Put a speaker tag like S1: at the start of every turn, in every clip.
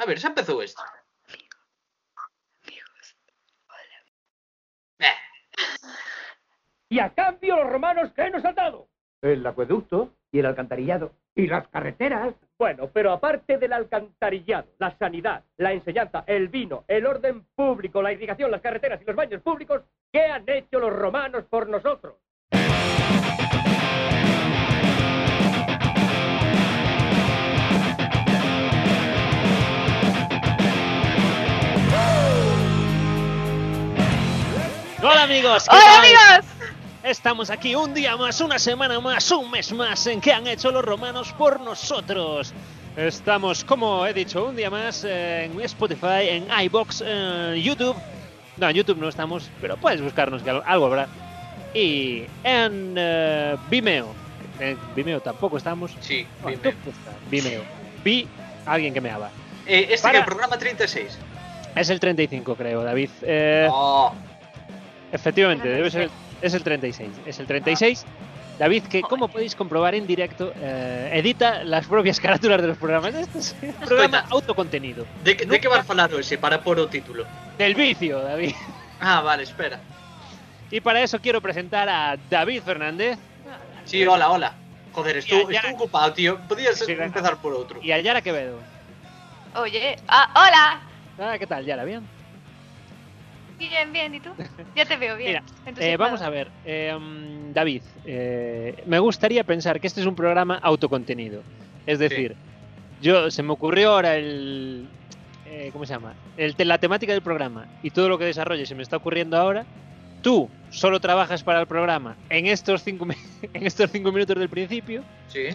S1: A ver, xa empezou isto.
S2: Amigos, hola.
S1: Eh,
S3: y a cambio los romanos ¿qué nos han dado?
S4: El acueducto y el alcantarillado. Y las carreteras.
S3: Bueno, pero aparte del alcantarillado, la sanidad, la enseñanza, el vino, el orden público, la irrigación, las carreteras y los baños públicos, ¿qué han hecho los romanos por nosotros?
S5: Hola amigos, ¿qué
S2: ¡Hola,
S5: tal?
S2: amigos!
S5: Estamos aquí un día más, una semana más, un mes más en que han hecho los romanos por nosotros. Estamos, como he dicho, un día más eh, en Spotify, en iBox, en YouTube. No, en YouTube no estamos, pero puedes buscarnos que al- algo habrá. Y en eh, Vimeo. En Vimeo tampoco estamos.
S1: sí,
S5: No,
S1: dime.
S5: ¿dónde está? Vimeo. Vi alguien que me haga.
S1: Eh, este
S5: Para.
S1: é o programa 36.
S5: Es el 35, creo, David. Eh,
S1: Oh,
S5: Efectivamente, debe ser el- es el 36. Es el 36. David, que como podéis comprobar en directo, eh, edita las propias carátulas de los programas. Este es un programa autocontenido.
S1: de, que- de que vas falar hoxe para pôr o título?
S5: Del vicio, David.
S1: Ah, vale, espera.
S5: Y para eso quiero presentar a David Fernández
S1: Sí, hola, hola. Joder, estou,
S5: Eh. Ya, ya.
S1: estou ocupado, tío. Podías
S5: Sí, venga.
S1: empezar por outro.
S5: y a Yara Quevedo.
S2: Oye, ah,
S5: Ah, ¿Qué tal, Yara? ¿Bien?
S2: hola. Bien, bien, ¿y tú? Ya te veo bien.
S5: Mira, Eh, vamos a ver, eh, mm, David, eh, me gustaría pensar que este es un programa autocontenido. Es decir, yo se me ocurrió ahora el. eh, ¿Cómo se llama? El, te- la temática del programa y todo lo que desarrolle se me está ocurriendo ahora. Tú solo trabajas para el programa en estos cinco, mi- en estos cinco minutos del principio
S1: Sí.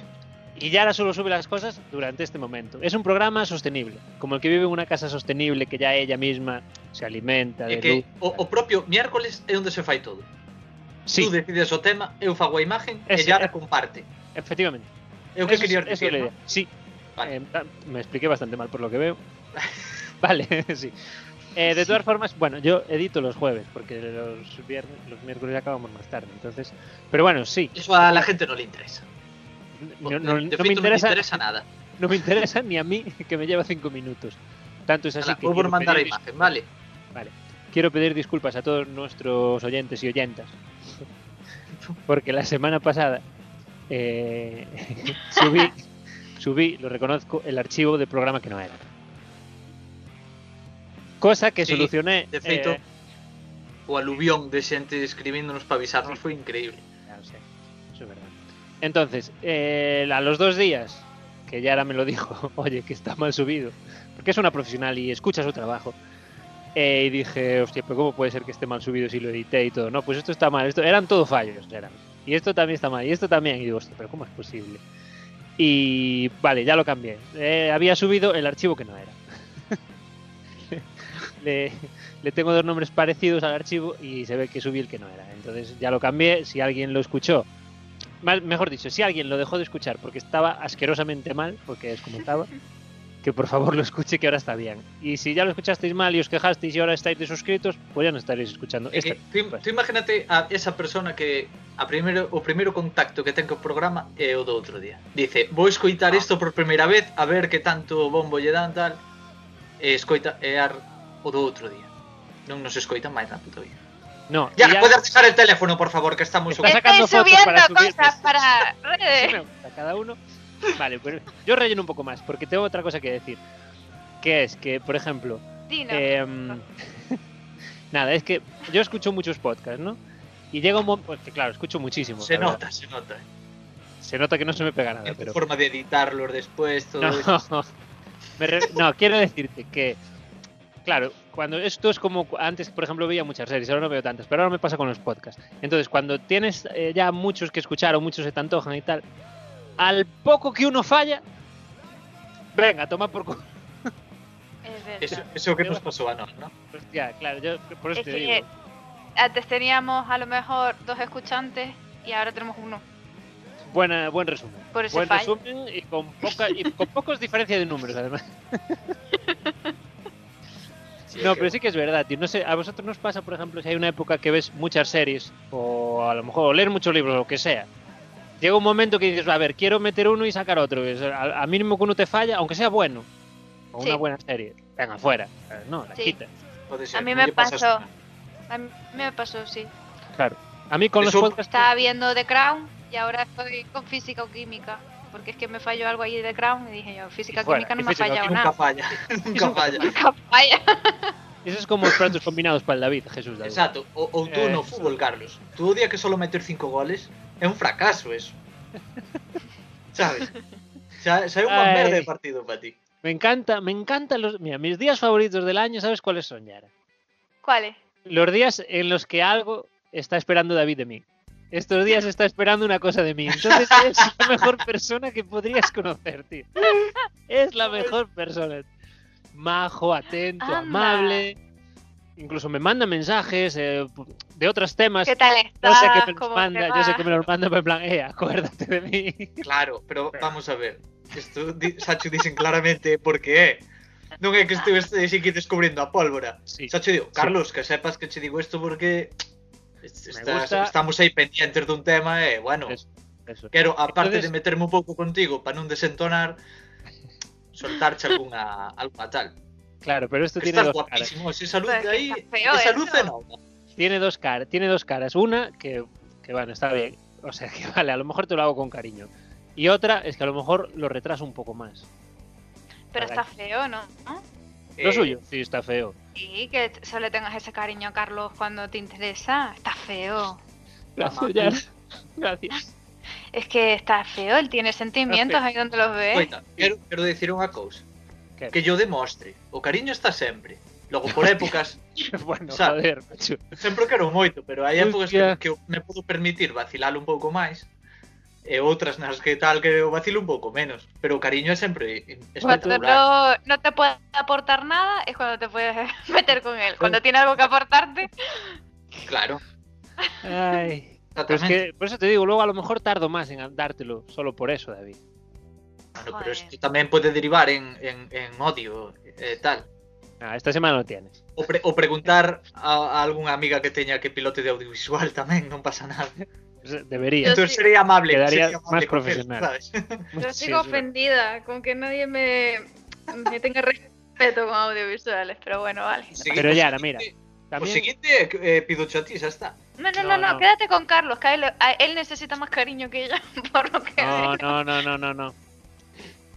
S5: y Yara solo sube las cosas durante este momento. Es un programa sostenible, como el que vive en una casa sostenible que ya ella misma se alimenta.
S1: É
S5: De
S1: que
S5: luz.
S1: o, o propio miércoles é onde se fai todo.
S5: Sí,
S1: Tú decides o tema, eu fago a imagen e
S5: Ese-
S1: ya a comparte.
S5: efectivamente.
S1: É o que
S5: Eso es-
S1: querías
S5: eso
S1: dicir,
S5: es la
S1: ¿no?
S5: idea. Sí.
S1: Vale.
S5: Eh, ta- me expliqué bastante mal por lo que veo. vale, sí. Eh, de todas formas, bueno, yo edito los jueves, porque los viernes, los miércoles ya acabamos más tarde, entonces. Pero bueno, sí.
S1: Eso a la gente no le interesa.
S5: No,
S1: De-
S5: no-
S1: de
S5: no
S1: feito,
S5: me interesa,
S1: non interesa nada.
S5: no me interesa ni a mí, que me lleva cinco minutos. Tanto es así
S1: Ala,
S5: que.
S1: vou por
S5: quiero
S1: mandar a
S5: pedir
S1: imagen, vale?
S5: quiero pedir disculpas a todos nuestros oyentes y oyentas. Porque la semana pasada eh, subí, subí, lo reconozco, el archivo del programa que no era. Cosa que
S1: Sí,
S5: solucioné.
S1: de feito,
S5: eh,
S1: O aluvión de xente escribíndonos para avisarnos foi increíble.
S5: ya lo sé, eso es verdad. Entonces, eh, a los dos días, que Yara me lo dijo, oye, que está mal subido, porque es una profesional y escucha su trabajo. eh, y dije, hostia, pero ¿cómo puede ser que esté mal subido si lo edité y todo? No, pues esto está mal, esto eran todos fallos, eran. Y esto también está mal, y esto también. Y digo, hostia, pero ¿cómo es posible? Y vale, ya lo cambié. Eh, había subido el archivo que no era. le, le tengo dos nombres parecidos al archivo y se ve que subí el que no era. Entonces ya lo cambié. Si alguien lo escuchó, mal- mejor dicho, si alguien lo dejó de escuchar porque estaba asquerosamente mal, porque es como estaba, que por favor lo escuche que ahora está bien. Y si ya lo escuchasteis mal y os quejasteis y ahora estáis desuscritos, pues ya no estaréis escuchando. este.
S1: É que,
S5: esta-
S1: tú, tú imagínate a esa persona que a primeiro, o primeiro contacto que ten co programa é o do outro día. Dice, vou escoitar
S5: Ah.
S1: isto por primeira vez, a ver que tanto bombo lle dan tal. E escoita é ar o do outro día. Non nos escoitan máis nada todavía.
S5: No, y
S1: Ya,
S5: ya-
S1: podes deixar el teléfono, por favor, que estamos...
S5: Está
S1: ocupados.
S5: sacando
S2: Estoy
S5: fotos
S2: subiendo
S5: para subir.
S2: cosas para
S5: Sí,
S2: redes.
S5: me gusta cada uno. Vale, pues yo relleno un poco más porque tengo otra cosa que decir. Que es que, por ejemplo,
S2: Dino.
S5: Em, nada, es que yo escucho muchos podcasts, ¿no? Y llega un momento, pues, que, claro, escucho muchísimo.
S1: Se
S5: la verdad.
S1: nota, se nota.
S5: Se nota que no se me pega nada,
S1: En tu
S5: pero...
S1: forma de editarlos despois, todo isto.
S5: No, me re- no, quiero decirte que, claro, cuando esto es como cu- antes, por ejemplo, veía muchas series, ahora no veo tantas, pero ahora me pasa con los podcasts. Entonces, cuando tienes eh, ya muchos que escuchar o muchos se te antojan y tal, al poco que uno falla, venga, toma por culo.
S2: Es verdad.
S1: Eso, eso que nos pasó a nos, ¿no?
S5: Hostia, claro, yo por eso
S2: Es
S5: te
S2: que-
S5: digo.
S2: Antes teníamos a lo mejor dos escuchantes y ahora tenemos uno.
S5: Buena, buen resumen.
S2: Por ese
S5: buen
S2: fallo.
S5: resumen y con, poca, y con pocos diferencia de números, además.
S1: Sí,
S5: No,
S1: es que-
S5: pero sí que es verdad, tío. No sé, a vosotros nos pasa, por ejemplo, si hay una época que ves muchas series o a lo mejor leer muchos libros o lo que sea. Llega un momento que dices, a ver, quiero meter uno y sacar otro. Es, a, a mínimo que uno te falla, aunque sea bueno. o
S2: Sí.
S5: una buena serie, venga, fuera. Eh, No, la
S2: Sí.
S5: quita.
S1: Puede ser,
S2: A mí
S1: no
S2: me
S1: le pasa
S2: pasó.
S1: nada.
S2: A mí me pasó, sí.
S5: Claro. A mí con los
S1: Eso-
S5: podcasts.
S2: Estaba viendo The Crown y ahora estoy con física o química. Porque es que me falló algo ahí de The Crown y dije yo, física
S5: Y fuera,
S2: química no
S5: y
S2: me ha
S5: física,
S2: fallado
S1: Nunca
S2: nada.
S1: falla, nunca falla.
S2: Nunca falla.
S5: Eso es como los platos combinados para el David, Jesús David.
S1: Exacto, o, ou tú
S5: Eh,
S1: no
S5: eso.
S1: fútbol, Carlos. Tú o día que solo meter cinco goles é un fracaso eso. Sabes? Xa, xa é unha
S5: Ai.
S1: merda de partido para ti.
S5: Me encanta, me encantan los. Mira, mis días favoritos del año, ¿sabes cuáles son, Yara?
S2: ¿Cuál es?
S5: Los días en los que algo está esperando David de mí. Estos días está esperando una cosa de mí. Entonces es la mejor persona que podrías conocer, tío. Es la mejor persona. Majo, atento,
S2: Anda.
S5: amable. Incluso me manda mensajes eh, de otros temas.
S2: ¿Qué tal
S5: Yo
S2: estás?
S5: sé que me los
S2: ¿Cómo
S5: manda,
S2: te
S5: yo sé
S2: va?
S5: que me los manda, pero en plan, eh, acuérdate de mí.
S1: Claro, pero vamos a ver. Isto di, Sacho dicen claramente por que é. Non é que estiveste aquí descubrindo a pólvora.
S5: Sí.
S1: Sacho digo, Carlos, que sepas que che digo isto porque estás,
S5: gusta.
S1: estamos aí pendientes dun tema e, bueno,
S5: Eso, eso.
S1: quero, aparte
S5: Entonces-
S1: de meterme un pouco contigo para non desentonar, soltarche alguna, alguna tal.
S5: Claro, pero esto tiene
S1: Estás
S5: dos caras.
S1: guapísimo, si esa luz
S2: Pero es
S1: de
S2: que
S1: ahí,
S2: está feo ¿eh?
S1: esa
S2: eso.
S1: luz de nada.
S5: Tiene dos, car- tiene dos caras. Una, que, que bueno, está bien. O sea, que vale, a lo mejor te lo hago con cariño. Y otra es que a lo mejor lo retraso un poco más.
S2: Pero
S5: Caray.
S2: está feo, ¿no? ¿No?
S5: Eh,
S1: Eh,
S5: Lo suyo, sí, está feo.
S2: Sí, que t- solo tengas ese cariño a Carlos cuando te interesa. Está feo.
S1: Gracias,
S5: Gracias.
S2: Es que está feo, él tiene sentimientos ahí donde los ve.
S1: Coita, quero, quero dicir unha cousa.
S5: Que?
S1: Que yo demostre. O cariño está sempre. Logo, por épocas,
S5: Bueno,
S1: O sea,
S5: joder, macho.
S1: sempre o quero moito, pero hai épocas que,
S5: Hostia.
S1: que eu me podo permitir vacilar un pouco máis e outras nas que tal que eu vacilo un pouco menos. Pero o cariño é sempre
S2: Cuando
S1: espectacular.
S2: no, no te puede aportar nada es cuando te puedes meter con él. Cuando tiene algo que aportarte,
S1: Claro,
S5: Ay. Pero es
S1: exactamente.
S5: que, por eso te digo, luego a lo mejor tardo más en dártelo, solo por eso, David.
S1: Bueno, pero
S2: Joder.
S1: isto tamén pode derivar en, en, en odio e tal.
S5: Ah, esta semana lo tienes.
S1: O, pre o preguntar a, a algunha amiga que teña que pilote de audiovisual tamén, non pasa nada.
S5: Pues, Debería.
S1: Entonces sería amable.
S5: Quedaría
S1: sería amable con
S5: más
S1: él,
S5: profesional.
S1: ¿sabes?
S2: yo
S5: Sí,
S2: sigo
S5: es verdad.
S2: ofendida con que nadie me, me tenga respeto con audiovisuales. Pero bueno, vale.
S5: Pero ya, ahora, mira,
S1: O
S5: También-
S1: siguiente eh, pido a ti, ya está.
S2: No, no,
S5: No,
S2: no, no,
S5: no.
S2: quédate con Carlos, que a él, a él necesita más cariño que ella, por lo que
S5: No,
S2: veo.
S5: no, no, no, no, no.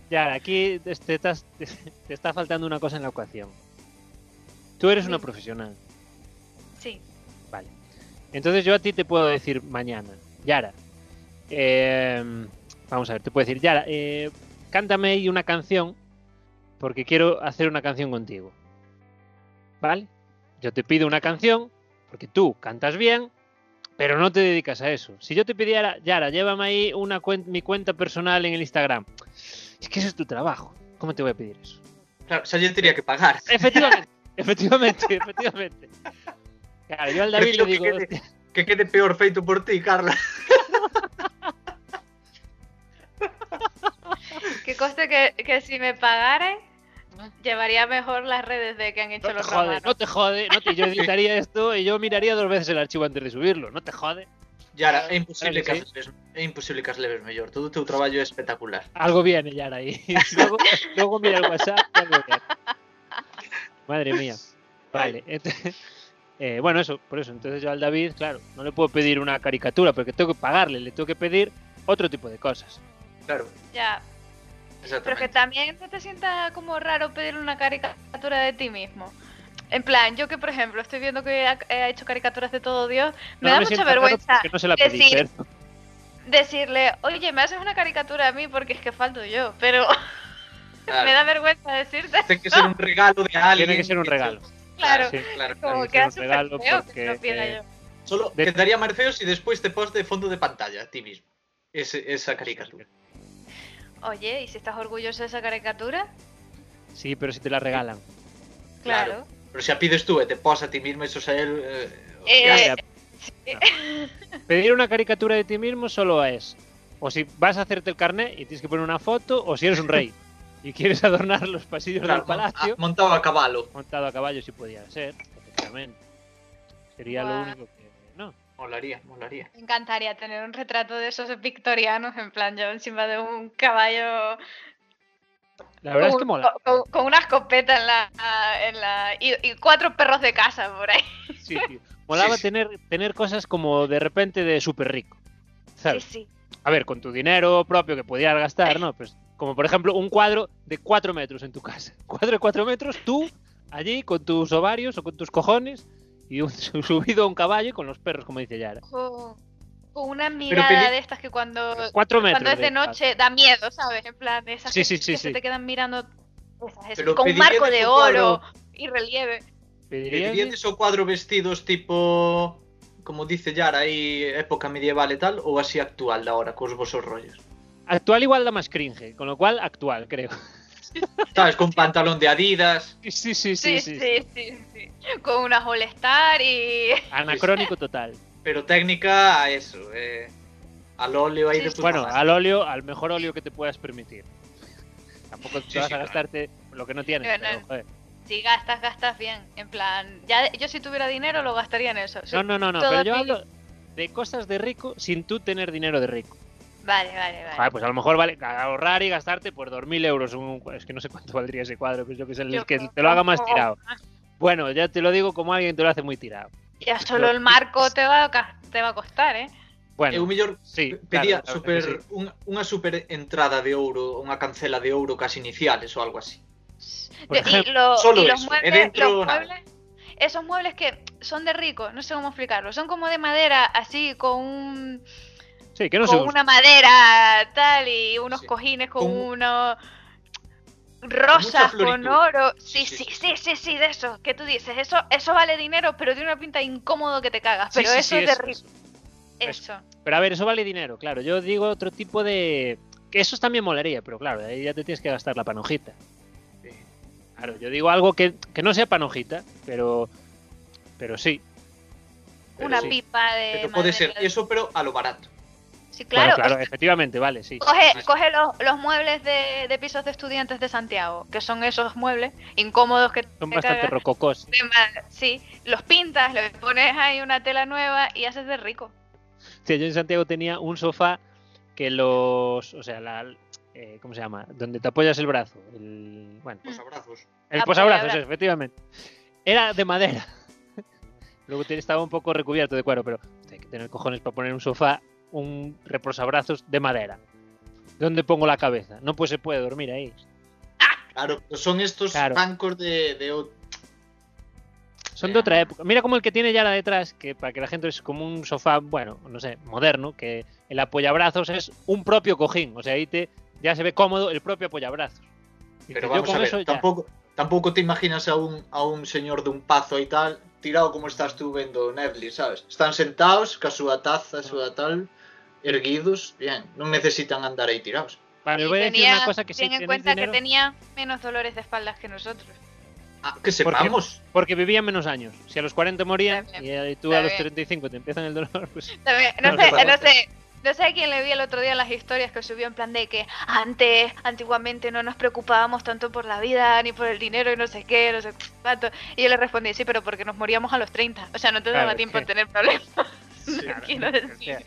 S5: Ya, aquí te, te estás- te está faltando una cosa en la ecuación. Tú eres una
S2: Dime.
S5: profesional,
S2: Sí,
S5: vale. Entonces yo a ti te puedo decir mañana, Yara. eh, vamos a ver, te puedo decir, Yara, eh, cántame ahí una canción porque quiero hacer una canción contigo. ¿Vale? Yo te pido una canción porque tú cantas bien, pero no te dedicas a eso. Si yo te pidiera, Yara, llévame ahí una cuen- mi cuenta personal en el Instagram. Es que ese es tu trabajo. ¿Cómo te voy a pedir eso?
S1: Claro, o sea, yo tenía que pagar.
S5: Efectivamente, efectivamente, efectivamente. Claro, yo al David
S1: Prefiero
S5: le digo,
S1: que quede-
S5: "Hostia,
S1: Que quede peor feito por ti, Carla.
S2: que coste que, que si me pagara, llevaría mejor las redes de que han hecho
S5: no te
S2: los
S5: jode,
S2: romanos.
S5: no te jode, no te- yo editaría esto y yo miraría dos veces el archivo antes de subirlo, no te jode.
S1: Yara, é imposible que
S5: Claro que
S1: as leves, é imposible que as leves mellor. Todo o teu traballo é espectacular.
S5: Algo viene ya ahí. Luego, luego mira el WhatsApp. algo viene. Madre mía. Vale. ent- eh, bueno, eso, por eso. Entonces yo al David, claro, no le puedo pedir una caricatura porque tengo que pagarle, le tengo que pedir otro tipo de cosas.
S1: Claro,
S2: Ya, pero que
S1: exactamente.
S2: también no te sienta como raro pedir una caricatura de ti mismo. En plan, yo que por ejemplo estoy viendo que ha, ha hecho caricaturas de todo Dios, me
S5: No
S2: da
S5: siento
S2: mucha
S5: raro
S2: vergüenza
S5: porque no se la pedí,
S2: decir-
S5: ¿eh?
S2: decirle, oye, me haces una caricatura a mí porque es que falto yo, pero
S1: Claro.
S2: me da vergüenza decirte,
S1: Ten que ser un regalo de alguien.
S5: Tiene que ser un regalo.
S2: claro,
S5: Sí.
S1: Claro,
S2: como
S5: que
S2: que
S5: ser un
S2: hace
S5: regalo
S2: feo que
S5: porque,
S2: lo pida
S5: eh,
S2: yo.
S1: Solo
S5: De-
S1: quedaría más feo si despois te pos de fondo de pantalla a ti mismo. Ese, esa caricatura.
S2: Oye, ¿y si estás orgulloso de esa caricatura?
S5: Sí, pero si te la regalan.
S1: Claro.
S2: Claro.
S1: Pero se a pides tú e te pos a ti mismo, eso xa é... el, Eh,
S2: Eh,
S1: ya
S5: Mira, Pedir una caricatura de ti mismo solo es o si vas a hacerte el carnet y tienes que poner una foto, o si eres un rey y quieres adornar los pasillos
S1: Claro,
S5: del palacio.
S1: mon- ah, montado a cabalo.
S5: montado a caballo si podía ser, efectivamente. Sería lo
S2: Guau.
S5: único que no.
S1: Molaría, molaría.
S2: Me encantaría tener un retrato de esos victorianos, en plan yo encima de un caballo
S5: La verdad
S2: con,
S5: es que mola.
S2: con- con una escopeta en la. En la y, y cuatro perros de casa por ahí.
S5: Sí, tío. Molaba
S1: sí.
S5: Tener, tener cosas como de repente de súper rico. ¿Sabes?
S2: Sí, sí.
S5: A ver, con tu dinero propio que podías gastar, ¿no? Pues como por ejemplo un cuadro de 4 metros en tu casa. Cuadro de 4 metros, tú allí con tus ovarios o con tus cojones y un- subido a un caballo y con los perros, como dice Yara.
S2: Con, con una mirada
S1: peli-
S2: de estas que cuando,
S5: 4 metros.
S2: cuando es de noche da miedo, ¿sabes? En plan, de esas
S5: Sí,
S2: que,
S5: sí, sí,
S2: que
S5: sí.
S2: se te quedan mirando. esas-
S1: Pero
S2: con
S1: pedirían
S2: un marco
S1: ese
S2: de
S1: cuadro-
S2: oro y relieve.
S5: ¿Pedirías?
S1: ¿Pedirían Eh, esos cuadros vestidos tipo, como dice Yara, ahí época medieval y tal, o así actual de ahora, con vosos rollos?
S5: Actual igual da más cringe, con lo cual actual, creo.
S1: ¿Sabes? Con pantalón de Adidas.
S5: Sí, sí, sí,
S2: Sí, sí, sí, sí, sí. Con una All Star y.
S5: Anacrónico total.
S1: Pero técnica a eso, eh, al óleo ahí
S2: Sí,
S1: de
S2: sí.
S1: puta
S5: Bueno,
S1: madre.
S5: al óleo, al mejor óleo que te puedas permitir. Tampoco te
S1: Sí,
S5: vas
S1: sí,
S5: a
S1: claro.
S5: gastarte lo que no tienes,
S2: No, no.
S5: pero, joder.
S2: Si gastas, gastas bien. En plan, ya yo si tuviera dinero lo gastaría en eso. Sí.
S5: No, no, no, no,
S2: Todo
S5: pero yo
S2: mi-
S5: hablo de cosas de rico sin tú tener dinero de rico.
S2: Vale, vale, vale.
S5: Joder, pues a lo mejor vale ahorrar y gastarte por 2.000 euros. un- es que no sé cuánto valdría ese cuadro, pues yo que sé, el
S2: Yo
S5: que
S2: creo
S5: te lo haga más
S2: que-
S5: tirado. Bueno, ya te lo digo como alguien te lo hace muy tirado.
S2: Ya solo el marco te va a, ca- te va a costar, ¿eh?
S1: Eu
S5: Bueno,
S1: mellor
S5: sí.
S1: pedía
S5: claro, la verdad
S1: super,
S5: que sí.
S1: un- unha super entrada de ouro, unha cancela de ouro casi iniciales ou algo así.
S5: Por
S2: Y-
S5: ejemplo,
S2: y, lo-
S1: solo
S2: y los
S1: eso,
S2: muebles,
S1: y dentro
S2: los
S1: nada.
S2: muebles- esos muebles que son de rico, no sé cómo explicarlo, son como de madera, así con un,
S5: sí, que no se
S2: con
S5: usa.
S2: una madera tal y unos
S1: Sí.
S2: cojines con,
S1: Con-
S2: unos rosas con
S1: floritura.
S2: oro, sí,
S1: Sí,
S2: sí,
S1: sí,
S2: sí, sí, sí, de esos que tú dices, eso, eso vale dinero, pero tiene una pinta incómodo que te cagas,
S5: Sí,
S2: pero
S5: sí,
S2: eso
S5: sí,
S2: es de
S5: eso,
S2: rico,
S5: eso.
S2: eso.
S5: Pero a ver, eso vale dinero, claro. Yo digo otro tipo de... Que esos también molaría, pero claro, ahí ya te tienes que gastar la panojita.
S1: Eh,
S5: Claro, yo digo algo que, que no sea panojita, pero... Pero sí. Pero
S2: una
S5: sí.
S2: pipa de
S1: Pero pode ser
S2: madera.
S1: eso, pero a lo barato.
S2: Sí,
S5: Bueno,
S2: claro,
S5: claro, efectivamente, vale, sí.
S2: Coge,
S1: Sí.
S2: coge los, los muebles de, de pisos de estudiantes de Santiago, que son esos muebles incómodos que
S5: Son
S2: te
S5: bastante
S2: cagas.
S5: rococos.
S2: De ma- Sí, los pintas, le pones ahí una tela nueva y haces de rico.
S5: Sí, yo en Santiago tenía un sofá que los. O sea, la. eh, ¿Cómo se llama? Donde te apoyas el brazo. El, bueno,
S1: Os abrazos.
S5: el
S2: Apoya
S5: posabrazos,
S2: brazo.
S5: efectivamente. Era de madera. Luego te- estaba un poco recubierto de cuero, pero hostia, hay que tener cojones para poner un sofá, un reposabrazos de madera. ¿Dónde pongo la cabeza? No, pues se puede dormir ahí.
S1: Claro, pero son estos
S5: Claro.
S1: bancos de, de o-
S5: Son de otra época. Mira como el que tiene Yara detrás, que para que la gente es como un sofá, bueno, no sé, moderno, que el apoyabrazos es un propio cojín. O sea, ahí te, ya se ve cómodo el propio apoyabrazos. Dices,
S1: Pero
S5: yo
S1: vamos
S5: con
S1: a ver,
S5: eso ya.
S1: tampouco, tampouco te imaginas a un, a un señor dun pazo e tal, tirado como estás tú vendo Netflix, sabes? Están sentados, ca súa taza, a súa tal, erguidos, bien, non necesitan andar ahí tirados.
S5: Vale,
S2: Y
S5: os voy a decir
S2: tenía-
S5: una cosa que sí
S2: ten en cuenta que tenía menos dolores de espaldas que nosotros.
S1: Ah, que
S5: ¿Por qué?
S1: sepamos.
S5: Porque vivían menos años. Si a los 40 morían
S2: Está
S5: y eh, tú
S2: está
S5: a los
S2: bien.
S5: 35 te empiezan el dolor, pues
S2: También- No,
S5: No,
S2: sé,
S1: no
S2: no sé. No sé a quién le vi el otro día las historias que subió en plan de que antes, antiguamente no nos preocupábamos tanto por la vida ni por el dinero y no sé qué, no sé cuánto. Y yo le respondí, sí, pero porque nos moríamos a los 30. O sea, no te
S5: Claro,
S2: daba
S5: es
S2: tiempo
S5: que-
S2: a tener problemas.
S5: claro,
S2: Quiero decir.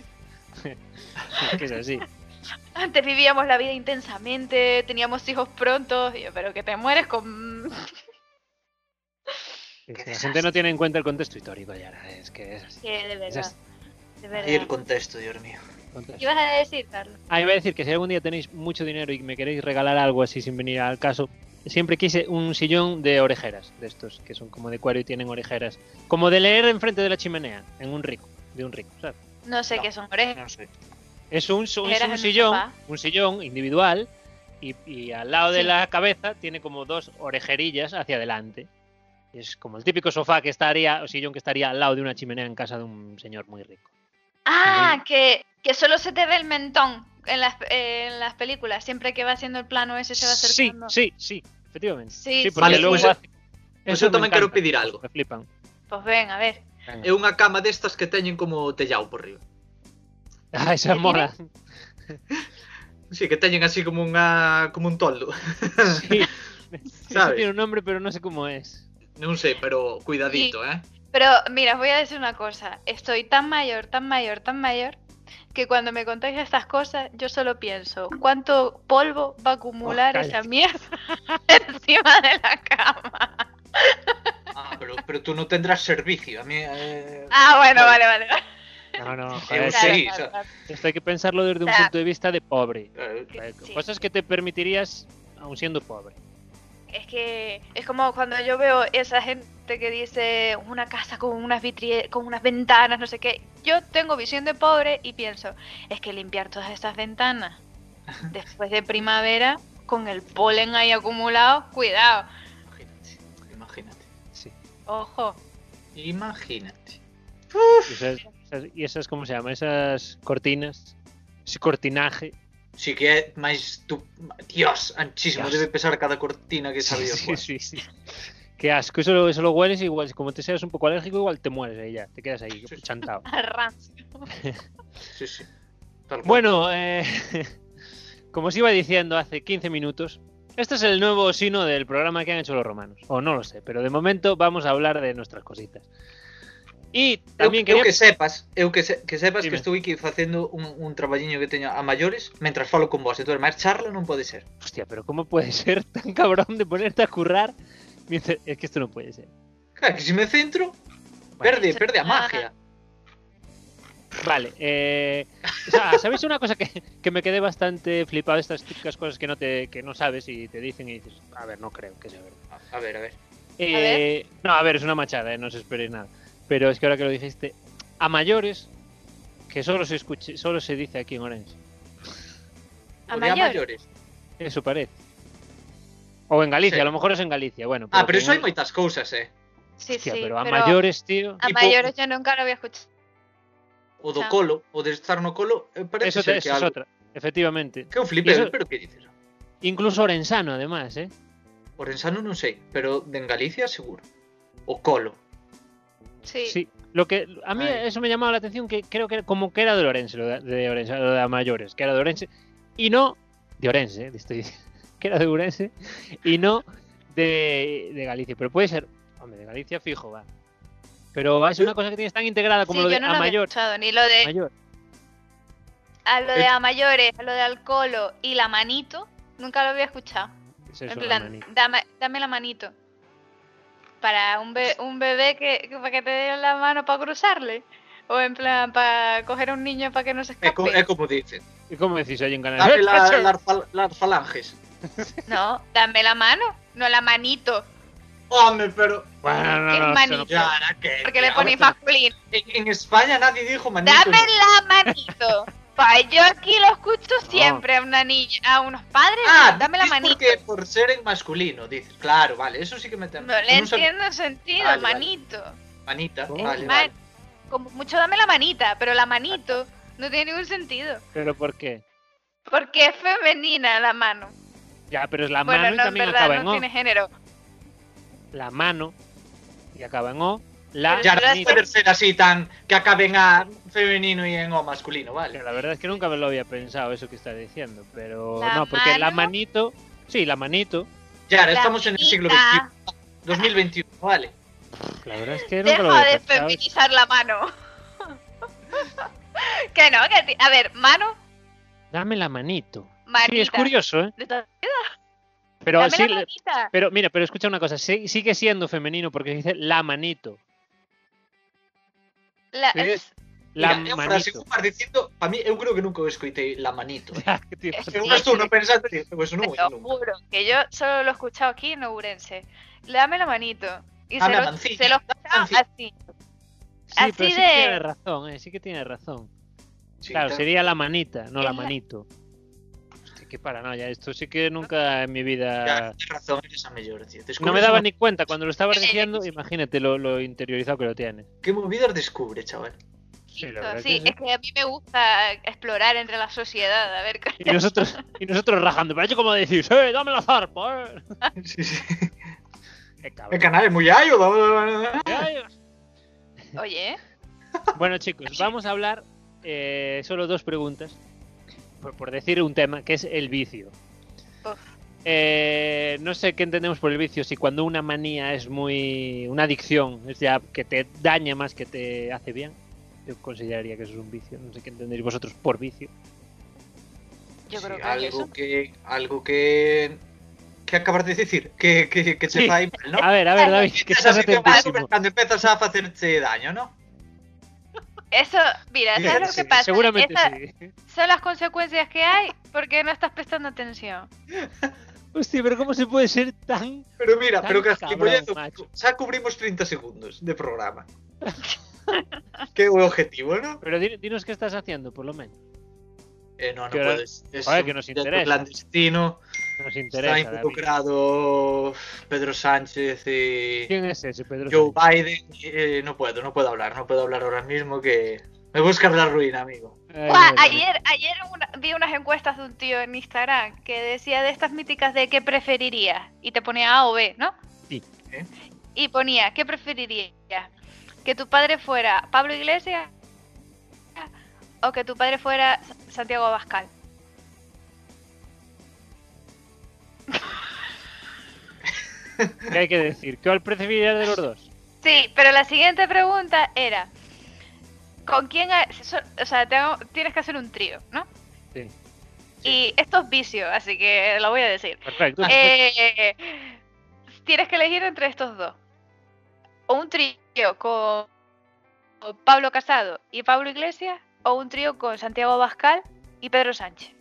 S5: es que es así.
S2: Antes vivíamos la vida intensamente, teníamos hijos prontos, y yo, pero que te mueres con...
S5: Es que la gente no tiene en cuenta el contexto histórico, Yara. Es que es así.
S2: Que de
S5: Es
S2: verdad,
S5: así.
S2: de
S1: E el
S2: verdad.
S1: contexto, Dios mío.
S5: Contexto.
S2: ¿Qué ibas a decir, Carlos?
S5: Ah, iba a decir que si algún día tenéis mucho dinero y me queréis regalar algo así sin venir al caso, siempre quise un sillón de orejeras, de estos que son como de cuero y tienen orejeras. Como de leer enfrente de la chimenea, en un rico, de un rico, ¿sabes?
S2: No sé
S5: No,
S2: qué son orejas.
S5: No sé. Es un, es un
S2: Orejeras en un
S5: sillón,
S2: sofá.
S5: un sillón individual y, y al lado de
S2: Sí.
S5: la cabeza tiene como dos orejerillas hacia adelante. Y Es como el típico sofá que estaría, o sillón que estaría al lado de una chimenea en casa de un señor muy rico.
S2: Ah,
S5: Muy-
S2: que, que solo se te ve el mentón en las, eh, en las películas, siempre que va haciendo el plano ese se va
S5: Sí,
S2: acercando.
S5: sí, sí, efectivamente.
S2: Sí,
S5: Sí,
S2: sí,
S5: porque
S1: Vale,
S5: luego
S1: pues-
S5: hace-
S1: pues
S5: Eso
S1: yo
S5: me
S1: también quiero
S5: encanta,
S1: pedir algo.
S5: Me flipan.
S2: Pues ven, a ver.
S1: É unha cama destas que teñen como tellao por riba.
S5: Ah, esa
S2: ¿Qué
S5: mola.
S1: Sí, que teñen así como unha como un toldo.
S5: Sí. Eso
S1: ¿Sabes?
S5: tiene un nombre, pero no sé cómo es.
S1: non sei, pero cuidadito, eh.
S2: Pero mira, os voy a decir una cosa. Estoy tan mayor, tan mayor, tan mayor, que cuando me contáis estas cosas, yo solo pienso, ¿cuánto polvo va a acumular
S5: Oh, cállate.
S2: esa mierda encima de la cama?
S1: Ah, pero, pero tú no tendrás servicio. A mí. eh,
S2: Ah, bueno, vale, vale. vale.
S5: No, no, joder,
S1: Eh,
S5: es
S1: sí,
S5: que
S1: o sea,
S5: esto hay que pensarlo desde un
S2: Claro.
S5: punto de vista de pobre.
S1: eh,
S5: Eh,
S2: Sí.
S5: Cosas que te permitirías aún siendo pobre.
S2: Es que es como cuando yo veo esa gente que dice una casa con unas vitrie con unas ventanas, no sé qué. Yo tengo visión de pobre y pienso, es que limpiar todas esas ventanas después de primavera con el polen ahí acumulado, cuidado,
S1: Imagínate. Imagínate.
S5: Sí.
S2: ojo.
S1: Imagínate.
S5: Y esas, esas- y esas, ¿cómo se llama? Esas cortinas. Ese cortinaje.
S1: Sí que é máis tu... Dios, anchísimo,
S5: Dios.
S1: debe pesar cada cortina que pois.
S5: Sí,
S1: sabía.
S5: sí, sí, sí. Qué asco. Eso lo, eso lo hueles y igual, como te seas un poco alérgico, igual te mueres ahí ya. Te quedas ahí,
S1: Sí, sí.
S5: chantado.
S2: rancio.
S1: sí, sí. Tal cual.
S5: Bueno, eh, como os iba diciendo hace 15 minutos, este es el nuevo sino del programa que han hecho los romanos. O no lo sé, pero de momento vamos a hablar de nuestras cositas. Y también
S1: eu, eu
S5: quería...
S1: que sepas, eu que, se, que sepas
S5: Dime.
S1: que estou aquí facendo un, un traballiño que teño a maiores mentras falo con vos e tú máis charla non pode ser.
S5: Hostia, pero ¿cómo puede ser tan cabrón de ponerte a currar? mientras- Es que esto no puede ser.
S1: Claro, que se me centro, perde, perde a
S2: Ah,
S1: magia.
S5: Vale, eh, o sea, ¿sabéis una cosa que, que me quedé bastante flipado? Estas típicas cosas que no, te, que no sabes y te dicen y dices, a ver, no creo que sea verdad.
S2: ah,
S1: A ver, a ver.
S5: Eh, no, a ver, es una machada, eh, no os esperéis nada. Pero es que ahora que lo dijiste, a mayores, que solo se escuche, solo se dice aquí en Orange.
S1: O
S2: A
S1: de
S2: mayor.
S1: maiores.
S5: Eso parece. O en Galicia,
S1: Sí.
S5: a lo mejor es en Galicia, bueno.
S1: Ah, pero
S5: que
S1: eso
S5: en-
S1: hai moitas cousas, eh.
S2: Sí, sí.
S5: Hostia, pero a
S2: pero
S5: mayores, tío.
S2: a
S1: tipo-
S2: mayores yo nunca lo había escuchado.
S1: O do
S2: Xa.
S1: colo, o de estar no colo, eh, parece
S5: Eso,
S1: ser
S5: te-
S1: que
S5: eso es
S1: algo...
S5: otra, efectivamente.
S1: Que eu flipé,
S5: Eso-
S1: pero que dices?
S5: Incluso orensano, además, ¿eh?
S1: Orensano non sei, pero de en Galicia seguro. O colo.
S2: Sí.
S5: Sí. Lo que a mí
S1: Ay.
S5: eso me llamaba la atención que creo que era como que era de Orense, lo de, de Orense, lo de a mayores, que era de Orense y no de Orense, eh, estoy diciendo, que era de Orense y no de, de Galicia, pero puede ser, hombre, de Galicia fijo va. Pero es una cosa que tienes tan integrada como
S2: Sí,
S5: lo de
S2: yo no
S5: a
S2: lo eh, había
S5: mayor,
S2: escuchado, ni lo de
S5: mayor.
S2: a lo de
S1: Eh.
S2: a mayores, a lo de alcoholo y la manito, nunca lo había escuchado.
S5: Es eso,
S2: en
S5: la
S2: plan,
S5: manita.
S2: dame, dame la manito. Para un, be- un bebé que, que- para que te dé la mano para cruzarle. O en plan, para coger a un niño para que no se
S1: É,
S2: escape.
S1: Eh, co, é como dicen.
S5: ¿Y cómo decís ahí en Canarias?
S1: Dame la, las fal- las falanges.
S2: No, dame la mano, no la manito.
S1: Hombre, pero.
S5: Bueno, no,
S2: ¿Qué
S5: no, esto no
S2: manito?
S5: puede-
S1: Ya, ahora que.
S2: Porque le
S1: que-
S2: ponéis
S1: ahora-
S2: masculino.
S1: En, en España nadie dijo manito.
S2: Dame la manito. Pa, yo aquí lo escucho siempre a una niña, a unos padres.
S1: Ah,
S2: no, dame la
S1: es
S2: manito.
S1: Porque por ser en masculino, dices. Claro, vale, eso sí que me tengo.
S2: No le entiendo sentido,
S1: Vale, vale.
S2: manito.
S1: Manita,
S5: Oh.
S1: vale,
S2: Man-
S1: vale.
S2: Como mucho dame la manita, pero la manito no tiene ningún sentido.
S5: pero ¿por qué?
S2: Porque es femenina la mano.
S5: Ya, pero es la
S2: bueno,
S5: mano y
S2: no, en
S5: también
S2: verdad
S5: acaba en
S2: no
S5: o.
S2: tiene género.
S5: La mano y acaba en o. La
S2: Pero
S1: Ya
S2: Ahora
S1: no
S5: manita.
S1: puede ser así tan. que acaben a femenino y en o masculino,
S5: Que
S1: vale.
S5: la verdad es que nunca me lo había pensado eso que está diciendo, pero
S2: ¿La
S5: no, porque la
S2: mano?
S5: manito, sí, la manito,
S1: Ya, ahora
S2: La
S1: estamos en el siglo
S2: manita.
S1: XXI. 2021, vale.
S5: la verdad es que nunca lo
S2: Deja
S5: había
S2: de
S5: pensado.
S2: feminizar la mano. que no, que ti- a ver, mano,
S5: Dame la manito.
S2: manita.
S5: Sí, es curioso, ¿eh?
S2: De todas-
S5: Pero
S2: Dame
S5: sí,
S2: la manita.
S5: pero mira, pero escucha una cosa, sí- sigue siendo femenino porque dice la manito,
S2: La-
S5: Sí, la
S1: Mira, eu para
S5: manito.
S1: según vas diciendo, a mí eu creo que nunca o escoitei la manito. Eh.
S5: Ya, que tío,
S2: Es-
S1: Eu
S2: Sí,
S1: estou
S2: sí.
S1: no pensando, e digo, pues non,
S2: te lo
S1: nunca.
S2: juro, que yo solo lo he escuchado aquí en Ourense. Dame la manito. Y
S1: Dame
S2: se,
S1: la
S2: lo,
S1: mancilla,
S2: se lo he
S1: dame la
S2: escuchado
S1: mancilla.
S2: así.
S5: sí, pero
S2: así
S5: sí que
S2: de-
S5: tiene razón, eh, sí que tiene razón.
S1: Sí,
S5: claro,
S1: tal-
S5: sería la manita, no
S2: Es
S5: la
S2: la-
S5: manito. Hostia, qué paranoia, esto sí que nunca en mi vida
S1: Ya, tienes razón, eres a mellor, tío.
S5: No
S1: Descubres
S5: me daba
S1: mo-
S5: ni cuenta cuando lo estabas
S2: Sí,
S5: diciendo,
S2: sí.
S5: imagínate lo, lo interiorizado que lo tienes.
S1: ¿Qué movidas descubre, chaval?
S5: Sí, la
S2: Listo,
S5: verdad
S2: sí,
S5: que sí.
S2: es que a mí me gusta explorar entre la sociedad, a ver qué-
S5: Y nosotros, y nosotros rajando, pero como decís, ¡eh, dame la zarpa! ¡Eh,
S1: Sí, sí.
S5: Qué cabrón.
S1: El canal es muy ayo. da-
S5: Ay, Dios.
S2: Oye, ¿eh?
S5: Bueno, chicos, vamos a hablar eh, solo dos preguntas. Por, por decir un tema, que es el vicio.
S2: Uf.
S5: Eh, no sé qué entendemos por el vicio, si cuando una manía es muy. una adicción, es ya que te daña más que te hace bien. Yo consideraría que eso es un vicio. No sé qué entendéis vosotros por vicio.
S2: Yo
S1: Sí,
S2: creo que hay
S1: algo
S2: eso.
S1: que algo que que acabas de decir, que, que, que
S5: Sí.
S1: te fai mal, ¿no?
S5: A ver, a ver, David, que estás
S1: Así que vas
S5: atentísimo.
S1: Cuando empiezas a hacerte daño, ¿no?
S2: Eso, mira,
S1: Sí,
S2: ¿sabes
S1: sí,
S2: lo que pasa?
S5: Seguramente
S2: Esas
S5: sí.
S2: son las consecuencias que hay porque no estás prestando atención.
S5: Hostia, pero ¿cómo se puede ser tan
S1: Pero mira,
S5: Tan
S1: pero que pues
S5: cabrón, macho.
S1: ya cubrimos 30 segundos de programa. Qué buen objetivo, ¿no?
S5: Pero di- dinos qué estás haciendo, por lo menos.
S1: Eh, no, no
S5: Que ahora-
S1: puedes. Es
S5: joder,
S1: un
S5: que nos
S1: proyecto
S5: interesa.
S1: clandestino.
S5: Nos
S1: Está
S5: interesa. David.
S1: involucrado Pedro Sánchez y
S5: ¿Quién es ese, Pedro?
S1: Joe
S5: Sánchez?
S1: Biden. Eh, no puedo, no puedo hablar, no puedo hablar ahora mismo que me buscas la ruina, amigo.
S5: Ay,
S2: Buah,
S5: Dios mío.
S2: ayer ayer una- vi unas encuestas de un tío en Instagram que decía de estas míticas de qué preferirías y te ponía A o B, ¿no?
S5: Sí.
S1: ¿Eh?
S2: Y ponía, ¿qué preferirías? ¿Que tu padre fuera Pablo Iglesias o que tu padre fuera S- Santiago Abascal?
S5: ¿Qué hay que decir? ¿Qué preferirías de los dos?
S2: Sí, pero la siguiente pregunta era, ¿con quién? ha- so- o sea, te hago- tienes que hacer un trío, ¿no?
S5: Sí.
S2: Y esto es vicio, así que lo voy a decir.
S5: Perfecto.
S2: Eh, tienes que elegir entre estos dos. O un trío con Pablo Casado y Pablo Iglesias, o un trío con Santiago Bascal y Pedro Sánchez.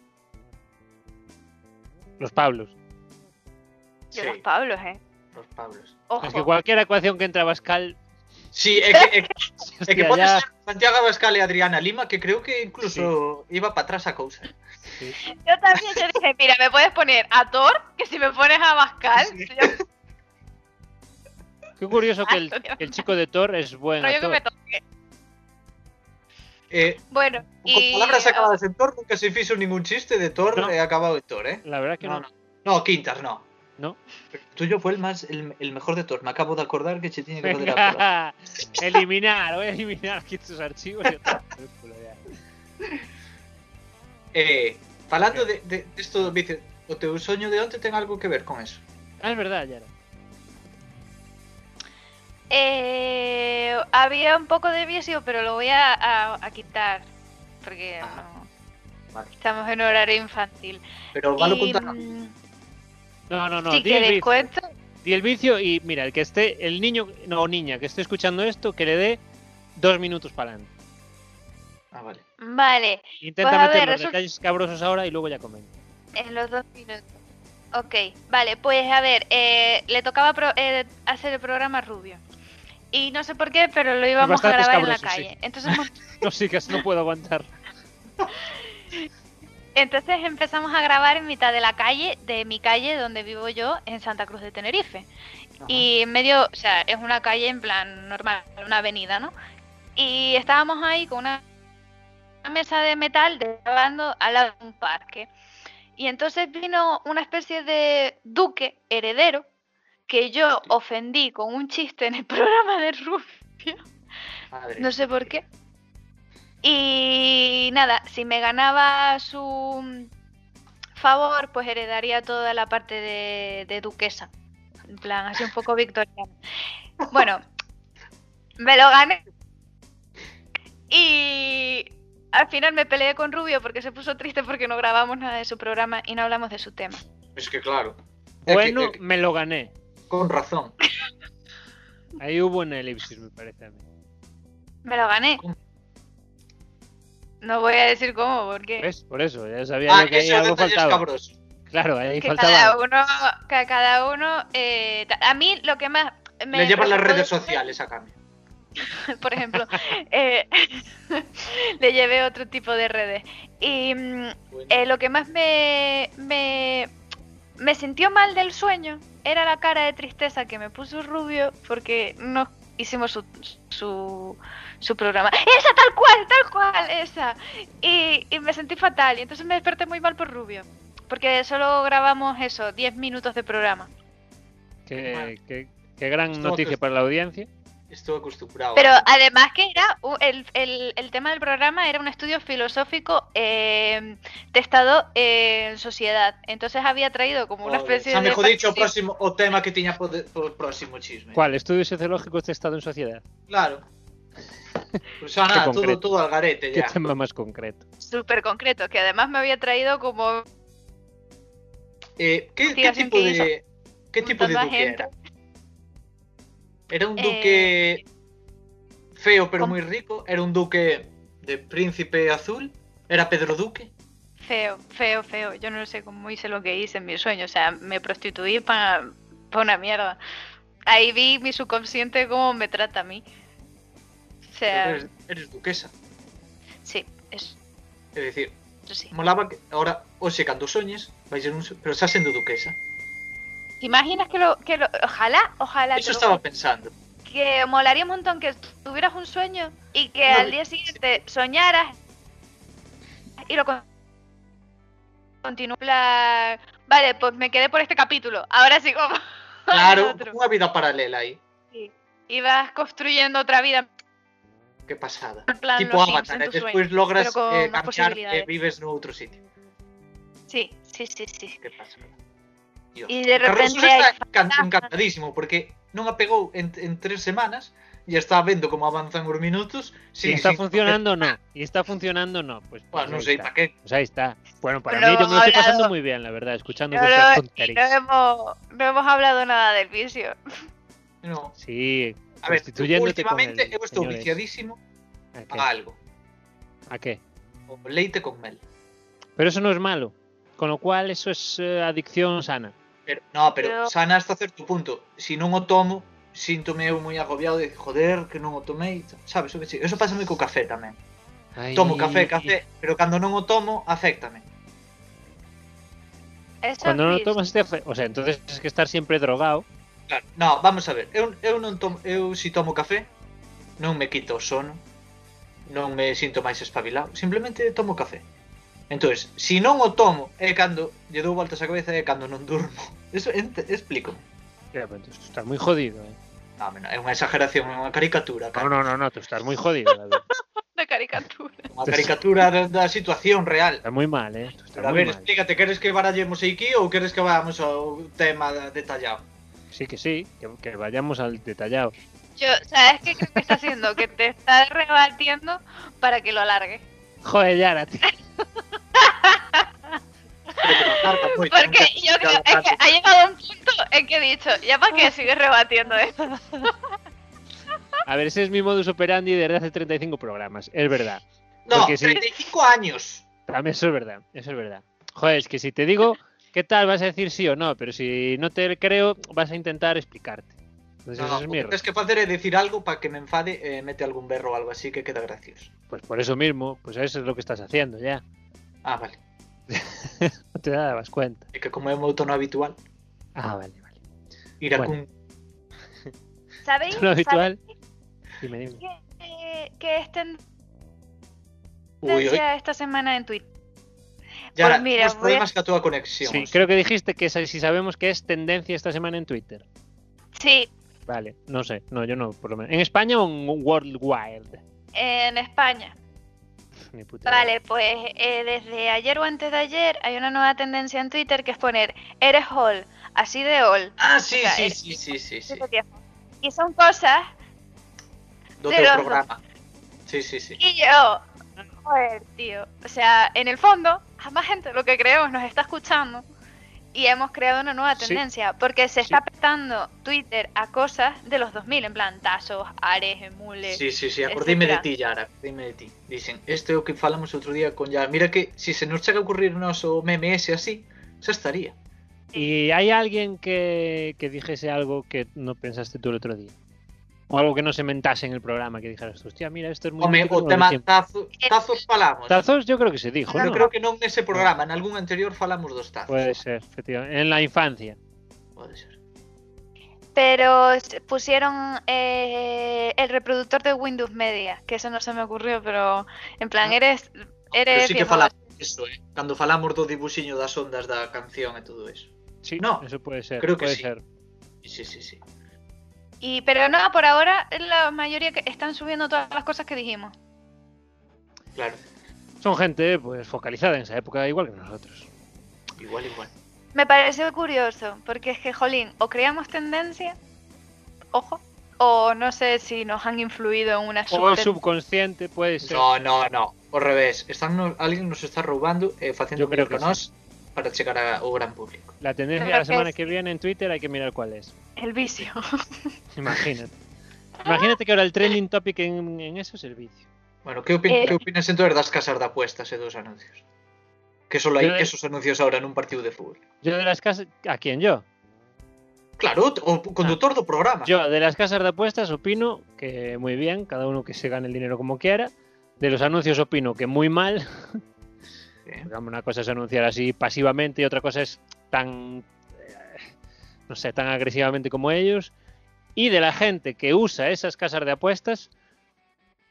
S5: Los Pablos.
S2: Yo
S1: Sí,
S2: los Pablos, ¿eh?
S1: los Pablos.
S2: Ojo.
S5: Es que cualquier ecuación que entra Pascal.
S1: Sí, es que, é que- é que
S5: hostia,
S1: podes
S5: ya-
S1: ser Santiago Abascal e Adriana Lima, que creo que incluso iba para atrás a cousa.
S2: Yo también te dije, mira, me puedes poner a Thor, que si me pones a Bascal,
S1: Sí.
S2: yo creo
S5: Qué curioso que el,
S2: Ay, Dios.
S5: que el chico de Thor es buen
S2: que
S5: actor.
S2: me toque.
S1: Eh,
S2: Bueno,
S1: Con
S2: y...
S1: palabras acabadas en Thor, nunca se hizo ningún chiste de Thor
S5: No.
S1: he acabado en Thor, ¿eh?
S5: La verdad es que
S1: No,
S5: no.
S1: no. No, Quintas, no.
S5: No.
S1: El tuyo fue el más el, el mejor de Thor. Me acabo de acordar que se tiene que joder a Thor.
S5: Venga, eliminar, voy a eliminar aquí tus archivos. y otra vez, culo, ya.
S1: Eh, falando de, de, de esto, dice, o teu soño de onte ten algo que ver con eso.
S5: Ah, es verdad, Yara.
S2: Eh, había un poco de vicio, pero lo voy a, a- a quitar. Porque
S1: Ajá.
S2: no-
S1: Ah. Vale. Pues
S2: estamos en horario infantil.
S1: Pero valo
S2: Y,
S1: contar rápido.
S2: mm,
S5: No, no, no.
S2: si
S5: di el
S2: queréis
S5: vicio.
S2: cuento,
S5: Di el vicio y mira, el que esté, el niño no, o niña que esté escuchando esto, que le dé dos minutos para adelante.
S1: Ah, vale.
S2: vale,
S5: Intenta
S2: Pues a
S5: meter
S2: ver,
S5: los
S2: resulta-
S5: detalles cabrosos ahora y luego ya comenta.
S2: en los dos minutos. Ok, vale, pues a ver, eh, le tocaba pro- eh, hacer el programa a Rubio. Y no sé por qué, pero lo íbamos a
S5: bastante
S2: grabar en la
S5: escabroso, sí.
S2: calle. Entonces, mon-
S5: No, chicas, no puedo aguantar.
S2: entonces empezamos a grabar en mitad de la calle, de mi calle donde vivo yo, en Santa Cruz de Tenerife. Y en medio, o sea, es una calle en plan normal, una avenida, ¿no? Y estábamos ahí con una una mesa de metal de- grabando al lado de un parque. Y entonces vino una especie de duque heredero que yo ofendí con un chiste en el programa de Rufio.
S1: Ajá. Madre.
S2: No sé por qué. Y nada, si me ganaba su mm, favor, pues heredaría toda la parte de, de duquesa. En plan, así un poco victoriana. Bueno, me lo gané. Y al final me peleé con Rubio porque se puso triste porque no grabamos nada de su programa y no hablamos de su tema.
S1: Es que claro. É
S5: Bueno,
S1: que, é
S5: me lo gané.
S1: que, con razón.
S5: Ahí hubo una elipsis, me parece a mí.
S2: Me lo gané.
S1: ¿Cómo?
S2: No voy a decir cómo, porque...
S5: ¿Ves? Por eso, ya sabía
S1: Ah,
S5: yo que ahí
S1: eso
S5: algo
S1: detalles
S5: faltaba.
S1: cabrosos.
S5: Claro, ahí
S2: que
S5: faltaba.
S2: cada
S5: algo.
S2: uno, que cada uno eh, ta- a mí lo que más me
S1: Le llevan las
S2: preocupó
S1: redes
S2: de-
S1: sociales a cambio.
S2: por ejemplo, eh, le llevé otro tipo de redes y mm,
S1: Bueno,
S2: eh, lo que más me, me me sintió mal del sueño era la cara de tristeza que me puso Rubio porque no hicimos su, su, su programa. Esa tal cual, tal cual, esa. Y, y me sentí fatal y entonces me desperté muy mal por Rubio. Porque solo grabamos eso, 10 minutos de programa.
S5: Qué,
S1: Bueno.
S5: qué- qué gran
S1: Esto-
S5: noticia para la audiencia.
S1: Estoy acostumbrado.
S2: Pero además que era u- el, el- el tema del programa era un estudio filosófico eh, testado eh, en sociedad. Entonces había traído como una
S1: Joder,
S2: especie
S1: xa
S2: de...
S1: mejor dicho o
S2: facción-
S1: próximo o tema que tiña por, por próximo chisme.
S5: ¿Cuál? ¿Estudios sociológicos de Estado en sociedad?
S1: Claro. Pues ya nada, todo,
S5: concreto.
S1: todo al garete
S5: Qué
S1: ya.
S5: tema más concreto.
S2: Súper concreto, que además me había traído como
S1: Eh, ¿qué, qué
S2: Investigación
S1: tipo
S2: que hizo
S1: de, ¿Qué tipo de
S2: montón de
S1: duque
S2: gente. Eh.
S1: era? ¿Era un duque feo pero
S2: ¿cómo?
S1: muy rico? ¿Era un duque de príncipe azul? ¿Era Pedro Duque?
S2: feo, feo, feo. Yo no sé cómo hice lo que hice en mi sueño, o sea, me prostituí para una mierda. Ahí vi mi subconsciente cómo me trata a mí. O sea,
S1: Eres, eres duquesa.
S2: sí, eso,
S1: Es decir,
S2: eso sí.
S1: molaba que ahora os se cando soñes, vais en un so- pero estás siendo duquesa.
S2: ¿Te imaginas que lo, que lo- ojalá, ojalá te
S1: Eso
S2: lo
S1: estaba pensando.
S2: que molaría un montón que tuvieras un sueño y que
S1: No,
S2: al día siguiente soñaras y lo con- continúa en plan, vale pues me quedé por este capítulo ahora sí como
S1: Claro,
S2: otro.
S1: una vida paralela ahí.
S2: y vas construyendo otra vida
S1: Qué pasada.
S2: En plan,
S1: tipo
S2: los Sims
S1: Avatar,
S2: en
S1: e
S2: tus
S1: despois
S2: sueños,
S1: logras
S2: pero con
S1: eh,
S2: más
S1: cambiar e
S2: posibilidades.
S1: vives no outro sitio. pues
S2: sí sí sí sí
S1: Que pasada. Dios.
S2: y de
S1: Carlos
S2: repente hay
S1: está encan- encantadísimo porque non a pegou en, en tres semanas e está vendo como avanzan os minutos. sin-
S5: y está
S1: sin-
S5: funcionando o no. Y está funcionando o no. Pues,
S1: Bueno,
S5: pues
S1: non
S5: ahí
S1: sei
S5: está.
S1: para que.
S5: Pues ahí está. Bueno, para
S2: Pero
S5: mí yo me lo
S2: hemos
S5: estoy pasando
S2: hablado-
S5: muy bien, la verdad, escuchando
S2: no,
S5: vuestras
S2: no- y no
S5: tonterías.
S2: hemos no hemos hablado nada del vicio
S1: No.
S5: Sí,
S1: A ver,
S5: Sustituyéndote con
S1: últimamente
S5: el-
S1: eu estou
S5: señores.
S1: viciadísimo a
S5: ¿a qué?
S1: algo.
S5: ¿A qué?
S1: O leite con mel.
S5: Pero eso no es malo. Con lo cual, eso es eh, adicción sana.
S1: Pero, no, pero
S2: Pero-
S1: sana hasta certo punto. Si non o tomo, síntome eu moi agobiado de joder que non o tomei. Sabes o que che? Eso pásame co café tamén.
S5: Ay,
S1: Tomo café, café, pero cando non o tomo, afectame.
S2: eso
S5: Cuando no
S2: es vicio.
S5: tomas este café. O sea, entonces es que estar siempre drogado.
S1: Claro, no, vamos a ver. Eu, eu non tomo, eu si tomo café, non me quito o sono, non me sinto máis espabilado, simplemente tomo café. Entonces, si non o tomo, é cando lle dou voltas á cabeza e é cando non durmo. Eso ent- explico.
S5: Mira, pues, tú estás muy jodido. ¿eh?
S1: No, men, é unha exageración, é unha caricatura,
S5: No,
S1: cara.
S5: no, no, no, tú estás muy jodido. David.
S2: una caricatura
S1: Unha caricatura da, da situación real.
S5: Estás muy mal, ¿eh? Tú estás
S1: Pero a
S5: muy
S1: ver,
S5: mal.
S1: explícate, queres que barallemos aquí ou queres que vayamos ao tema da- detallado?
S5: Sí, que sí, que, que vayamos al detallado.
S2: yo sabes qué creo que está haciendo que te está rebatiendo para que lo alargue
S5: Joder, Yara, tío.
S1: Creo que nos tarda moito,
S2: Porque
S1: nunca-
S2: yo creo es que ha llegado un punto en que he dicho, ya para qué sigues rebatiendo esto.
S5: A ver, ese es mi modus operandi desde hace 35 programas. Es verdad.
S1: No,
S5: porque sí.
S1: 35 años.
S5: También eso es verdad, eso es verdad. Joder, es que si te digo qué tal, vas a decir sí o no, pero si no te creo, vas a intentar explicarte. Entonces,
S1: No,
S5: eso
S1: no,
S5: es
S1: o
S5: mi
S1: que
S5: error.
S1: tienes que hacer es decir algo para que me enfade, eh, mete algún berro o algo así que queda gracioso.
S5: Pues por eso mismo, pues eso es lo que estás haciendo ya.
S1: Ah, vale.
S5: No te dabas cuenta.
S1: É que como é o meu tono habitual,
S5: Ah, vale, vale.
S1: iracundo.
S2: ¿Sabéis?
S5: ¿Tú lo habitual? Dime, dime.
S2: ¿Sabéis que, que es tendencia
S1: uy, uy.
S2: esta semana en Twitter?
S1: Ya,
S2: pues mira,
S1: los
S2: voy a-
S1: problemas que a túa conexión.
S5: Sí,
S1: o sea.
S5: creo que dijiste que sa- si sabemos que es tendencia esta semana en Twitter.
S2: Sí,
S5: Vale, no sé, no, yo no, por lo menos. ¿En España o en Worldwide?
S2: en España.
S5: Pf, Ni puta idea.
S2: Vale, pues eh, desde ayer o antes de ayer hay una nueva tendencia en Twitter que es poner, eres all, así de all.
S1: Ah, sí,
S2: Venga,
S1: sí,
S2: eh,
S1: sí, sí, sí, sí.
S2: Y son cosas
S1: Do
S2: de
S1: teu
S2: los
S1: programa. Sí, sí, sí.
S2: Y yo, joder, tío. O sea, en el fondo, a más gente lo que creemos nos está escuchando y hemos creado una nueva
S5: Sí.
S2: tendencia, porque
S5: Sí.
S2: se está prestando Twitter a cosas de los 2000, en plan tazos, ares, emules.
S1: Sí, sí, sí, acordíme de ti,
S2: etcétera.
S1: Yara, acordíme de ti. Dicen, este é o que falamos outro día con Yara. Mira que si se nos chega a ocurrir nos o meme ese así, xa estaría.
S5: ¿Y hay alguien que, que dijese algo que no pensaste tú el otro día? O algo que no se mentase en el programa, que dijeras, hostia, mira, esto es muy...
S1: Home,
S5: típico
S1: o
S5: de
S1: tema
S5: siempre".
S1: tazo,
S2: Eh,
S1: tazos falamos.
S5: Tazos yo creo que se dijo,
S1: Eu
S5: ¿no? Pues,
S1: creo que non nese programa, en algún anterior falamos dos tazos.
S5: Puede ser, efectivamente. En la infancia.
S1: Pode ser.
S2: Pero s- pusieron eh, el reproductor de Windows Media, que eso no se me ocurrió, pero en plan, eres.
S1: Pero
S2: eres
S1: sí que
S2: viejo.
S1: falamos eso, eh? Cando falamos do dibuxiño das ondas da canción e todo eso.
S5: Sí,
S1: No,
S5: eso puede ser.
S1: creo que
S5: puede
S1: sí.
S5: ser.
S1: Sí, sí, sí.
S2: Y, pero no, por ahora la mayoría que están subiendo todas las cosas que dijimos.
S1: Claro,
S5: Son gente pues focalizada en esa época, igual que nosotros.
S1: igual, igual.
S2: Me pareció curioso, porque es que, jolín, o creamos tendencia, ojo, o no sé si nos han influido en una
S5: O el
S2: subten-
S5: subconsciente puede ser.
S1: No, no, no. Ao revés. Están no- alguén nos está roubando e facendo
S5: Yo creo
S1: que
S5: que
S1: nós para chegar a- ao gran público.
S5: La tendencia
S2: Creo
S5: de la
S2: que
S5: semana
S2: es-
S5: que viene en Twitter hay que mirar cuál es.
S2: el vicio.
S5: Imagínate. Imagínate que ahora el trending topic en, en eso es el vicio.
S1: Bueno, que, opin
S2: Eh.
S1: que opinas entón das casas de apuestas e dos anuncios? Que só hai
S5: Yo- eh,
S1: esos anuncios ahora nun partido de fútbol.
S5: Yo de las casas. ¿A quién yo?
S1: Claro, o conductor do programa.
S5: Ah. Yo de las casas de apuestas opino que muy bien, cada uno que se gane el dinero como quiera. De los anuncios opino que muy mal.
S1: Eh,
S5: Digamos, una cosa es anunciar así pasivamente y otra cosa es tan. eh, No sé, tan agresivamente como ellos. Y de la gente que usa esas casas de apuestas,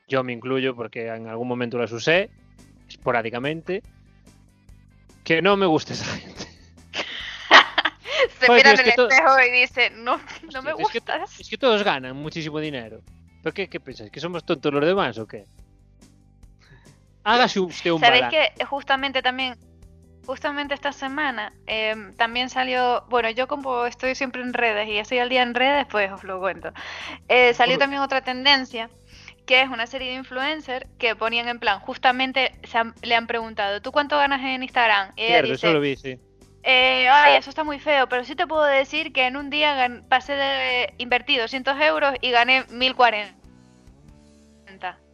S5: yo me incluyo porque en algún momento las usé, esporádicamente, que no me gusta esa gente.
S2: Se
S5: Joder,
S2: mira
S5: tío, es
S2: en el
S5: que todo-
S2: espejo y dice, no, no me
S5: Hostia, es que-
S2: gustas.
S5: Es que todos ganan muchísimo dinero. ¿Pero qué, qué pensáis? ¿Que somos tontos los demás o qué? Hágase usted un
S2: Sabéis
S5: balance.
S2: que justamente también, justamente esta semana, eh, también salió, bueno, yo como estoy siempre en redes y estoy al día en redes, pues os lo cuento. Eh, salió
S1: Uy.
S2: también otra tendencia, que es una serie de influencers que ponían en plan, justamente se han- le han preguntado, ¿tú cuánto ganas en Instagram? Y ella
S5: Cierto,
S2: dice,
S5: eso lo vi, sí.
S2: eh, ay, eso está muy feo, pero sí te puedo decir que en un día gan- pasé de invertí 200 euros y gané 1040.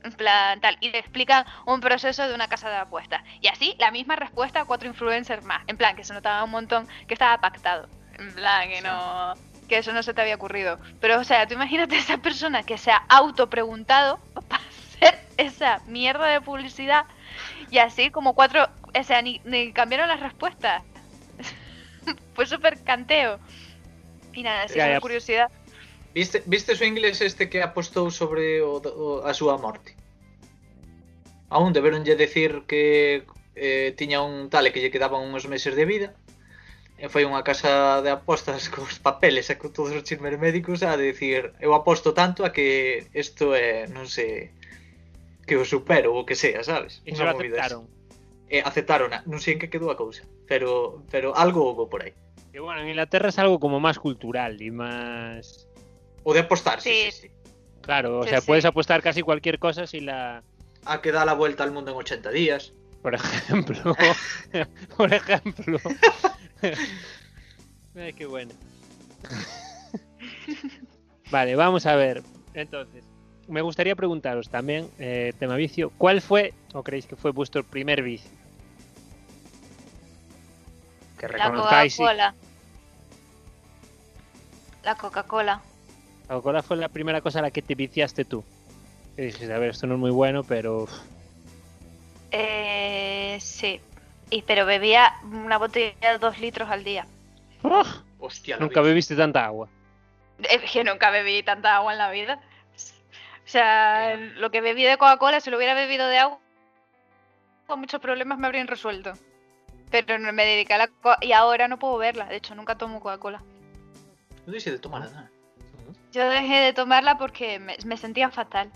S2: En plan, tal. Y te explican un proceso de una casa de apuestas. Y así, la misma respuesta a cuatro influencers más. En plan, que se notaba un montón que estaba pactado. En plan, que no. Que eso no se te había ocurrido. Pero, o sea, tú imagínate esa persona que se ha autopreguntado para hacer esa mierda de publicidad. Y así, como cuatro. O sea, ni- ni cambiaron las respuestas fue súper canteo. Y nada, sí,
S5: Ya,
S2: es una
S5: ya.
S2: curiosidad.
S1: Viste, viste o inglés este que apostou sobre o, o, a súa morte? Aún deberonlle decir que eh, tiña un tale que lle quedaban uns meses de vida e foi unha casa de apostas cos papeles e con todos os chismes médicos a decir eu aposto tanto a que isto é, non sei, que o supero ou o que sea, sabes?
S5: Y se lo
S1: Unha movida así.
S5: aceptaron.
S1: Eh, aceptaron, non sei en que quedou a cousa, pero pero algo houve por aí.
S5: Que bueno, en Inglaterra es algo como más cultural y más.
S1: O de apostar, sí, sí, sí.
S2: Sí.
S5: Claro, o
S2: Sí,
S5: sea,
S2: sí.
S5: puedes apostar casi cualquier cosa si la.
S1: A que dá la vuelta al mundo en 80 días.
S5: Por ejemplo. por ejemplo. Ay, qué bueno. vale, vamos a ver. Entonces, me gustaría preguntaros también, eh, tema vicio, ¿cuál fue, o creéis que fue vuestro primer vicio? Que
S2: La
S5: reconozcáis. y-
S2: Coca-Cola. La Coca-Cola.
S5: La Coca-Cola fue la primera cosa a la que te viciaste tú. Que dijiste, a ver, esto no es muy bueno, pero. uf,
S2: Eh, sí. Y, pero bebía una botella de dos litros al día.
S1: Hostia,
S5: nunca
S1: vi.
S5: bebiste tanta agua.
S2: Es que nunca bebí tanta agua en la vida. O sea, lo que bebí de Coca-Cola, si lo hubiera bebido de agua, con muchos problemas me habrían resuelto. Pero no me dediqué a la Coca y ahora no puedo verla. De hecho, nunca tomo Coca-Cola.
S1: Non deixe de tomar nada.
S2: Yo dejé de tomarla porque me, me sentía fatal.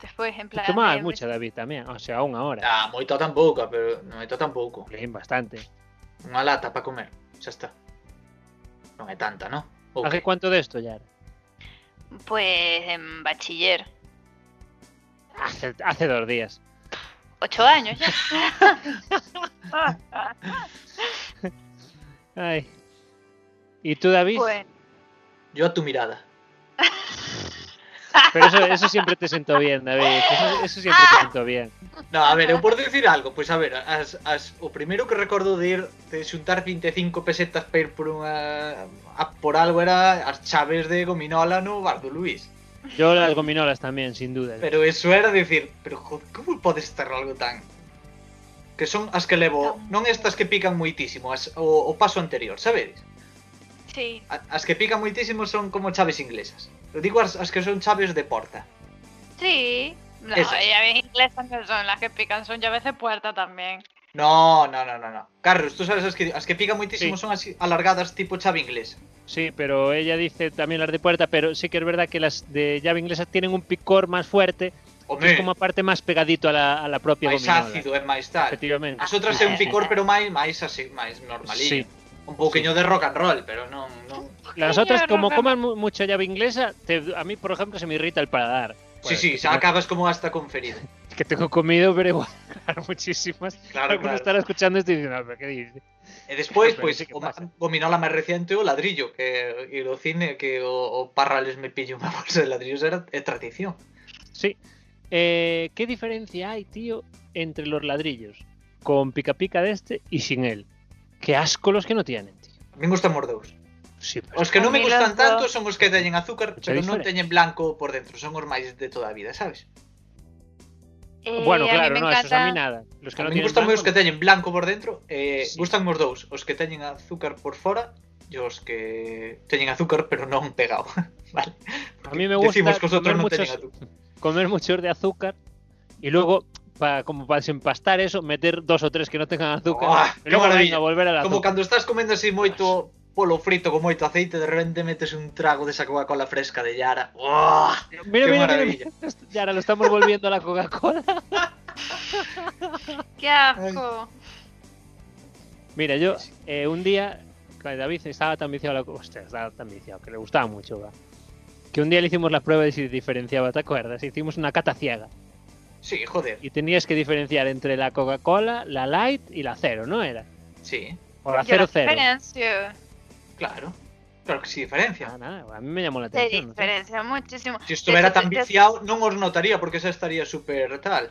S2: Después, en plan.
S5: Tomabas
S2: eh,
S5: mucha, David, también. O sea, aún ahora.
S1: Ah, moito tampouco, pero moito tampouco.
S5: Bien, Bastante.
S1: Unha lata para comer, xa está. Non é tanta, non? Ou
S5: ¿Hace
S1: que?
S5: cuánto de esto, ya?
S2: Pues en bachiller.
S5: Hace, hace dos días.
S2: Ocho años ya.
S5: Ay. ¿Y tú, David?
S2: Pues,
S1: Yo a tu mirada.
S5: Pero eso, eso siempre te sentó bien, David. Eso, eso siempre
S2: Ah.
S5: te sentó bien.
S1: No, a ver, eu por decir algo, pois a ver, as, as, o primeiro que recordo de ir de xuntar 25 pesetas para ir por unha a, por algo era as chaves de gominola no bar do Luis.
S5: Yo las gominolas también, sin duda.
S1: Pero eso era decir, pero jo, como podes estar algo tan que son as que levo, non estas que pican moitísimo, as, o, o paso anterior, sabedes?
S2: sí.
S1: A- As que pican moitísimo son como chaves inglesas. Eu digo as, as que son chaves de porta.
S2: Sí. No,
S1: Esas.
S2: llaves inglesas no son las que pican, son llaves de puerta también.
S1: No, no, no, no, no. Carlos, tú sabes as que as que pican moitísimo
S5: Sí.
S1: son así alargadas tipo chave inglesa.
S5: Sí, pero ella dice también las de puerta, pero sí que es verdad que las de llave inglesa tienen un picor más fuerte, que
S1: Home,
S5: es como aparte más pegadito a la, a la propia
S1: máis
S5: gominola.
S1: ácido e máis tal.
S2: Ah,
S5: Efectivamente.
S1: As outras é un picor pero máis máis así, máis normalillo.
S5: Sí,
S1: Un pouquiño de rock and roll, pero non, non...
S5: Las otras,
S2: Señor,
S5: como
S2: no,
S5: coman mu- mucha llave inglesa, te- a mí, por ejemplo, se me irrita el paladar.
S1: Sí,
S5: Pues,
S1: sí,
S5: que
S1: xa
S5: tengo-
S1: acabas como hasta con ferida.
S5: Que tengo comido, pero igual, claro, muchísimas.
S1: Claro,
S5: Alguno
S1: claro.
S5: estará escuchando esto y diciendo, "Ah, pero ¿qué dice?
S1: E despois,
S5: Pero
S1: pois,
S5: sí que
S1: o, ma-
S5: pasa.
S1: o minola máis reciente o ladrillo, que ir ao cine que o, o Parrales me pille unha bolsa de ladrillos era é tradición.
S5: Sí. Eh, ¿Qué diferencia hay, tío, entre los ladrillos con pica pica de este y sin él? Qué asco los que no tienen, tío.
S1: A mí gustan os dous.
S5: Sí, pues, pero-
S2: Pues
S1: Os que non me gustan
S2: Comilando.
S1: tanto son os que teñen azúcar,
S5: Mucha
S1: pero non
S5: diferencia.
S1: teñen blanco por dentro, son os máis de toda a vida, sabes?
S2: Eh,
S5: bueno,
S2: a mí
S5: claro,
S2: me
S5: no, eso es a mí
S2: encanta-
S5: nada. Los que
S1: A
S5: no
S1: mí
S5: tienen
S1: gustan os
S5: blanco-
S1: que teñen blanco por dentro, eh,
S5: Sí.
S1: gustan os dous, os que teñen azúcar por fora e os que teñen azúcar pero non pegado. vale.
S5: A mí me gusta
S1: Decimos que os
S5: comer
S1: outros non
S5: muchos-
S1: teñen azúcar.
S5: comer muchos de azúcar y luego, pa- como para desempastar eso, meter dos o tres que no tengan azúcar.
S1: ¡Buah,
S5: y luego
S1: qué maravilla!
S5: venga, volver al
S1: Como
S5: azúcar.
S1: cando estás comendo así moito polo frito con moito aceite, de repente metes un trago desa Coca-Cola fresca de Yara. ¡Uah!
S5: Mira,
S1: ¡Qué
S5: mira, mira,
S1: maravilla!
S5: mira. Y ahora lo estamos volviendo a la Coca-Cola.
S2: Qué asco.
S5: Mira, yo eh, un día, claro, David estaba tan viciado, a la, co- hostia, estaba tan viciado, que le gustaba mucho, va. Que un día le hicimos la prueba de si diferenciaba, ¿te acuerdas? Hicimos una cata ciega.
S1: Sí, joder.
S5: Y tenías que diferenciar entre la Coca-Cola, la Light y la Cero, ¿no era?
S1: Sí,
S5: O la
S2: Yo la
S5: Cero Cero.
S2: diferencio.
S1: claro. Claro que sí, diferencia.
S5: Ah, nada, a mí me llamó la
S2: Se
S5: atención. no sé.
S2: diferencia muchísimo.
S1: Se estuvera
S2: Eso te-
S1: tan
S2: te-
S1: viciado, non os notaría porque xa estaría super tal.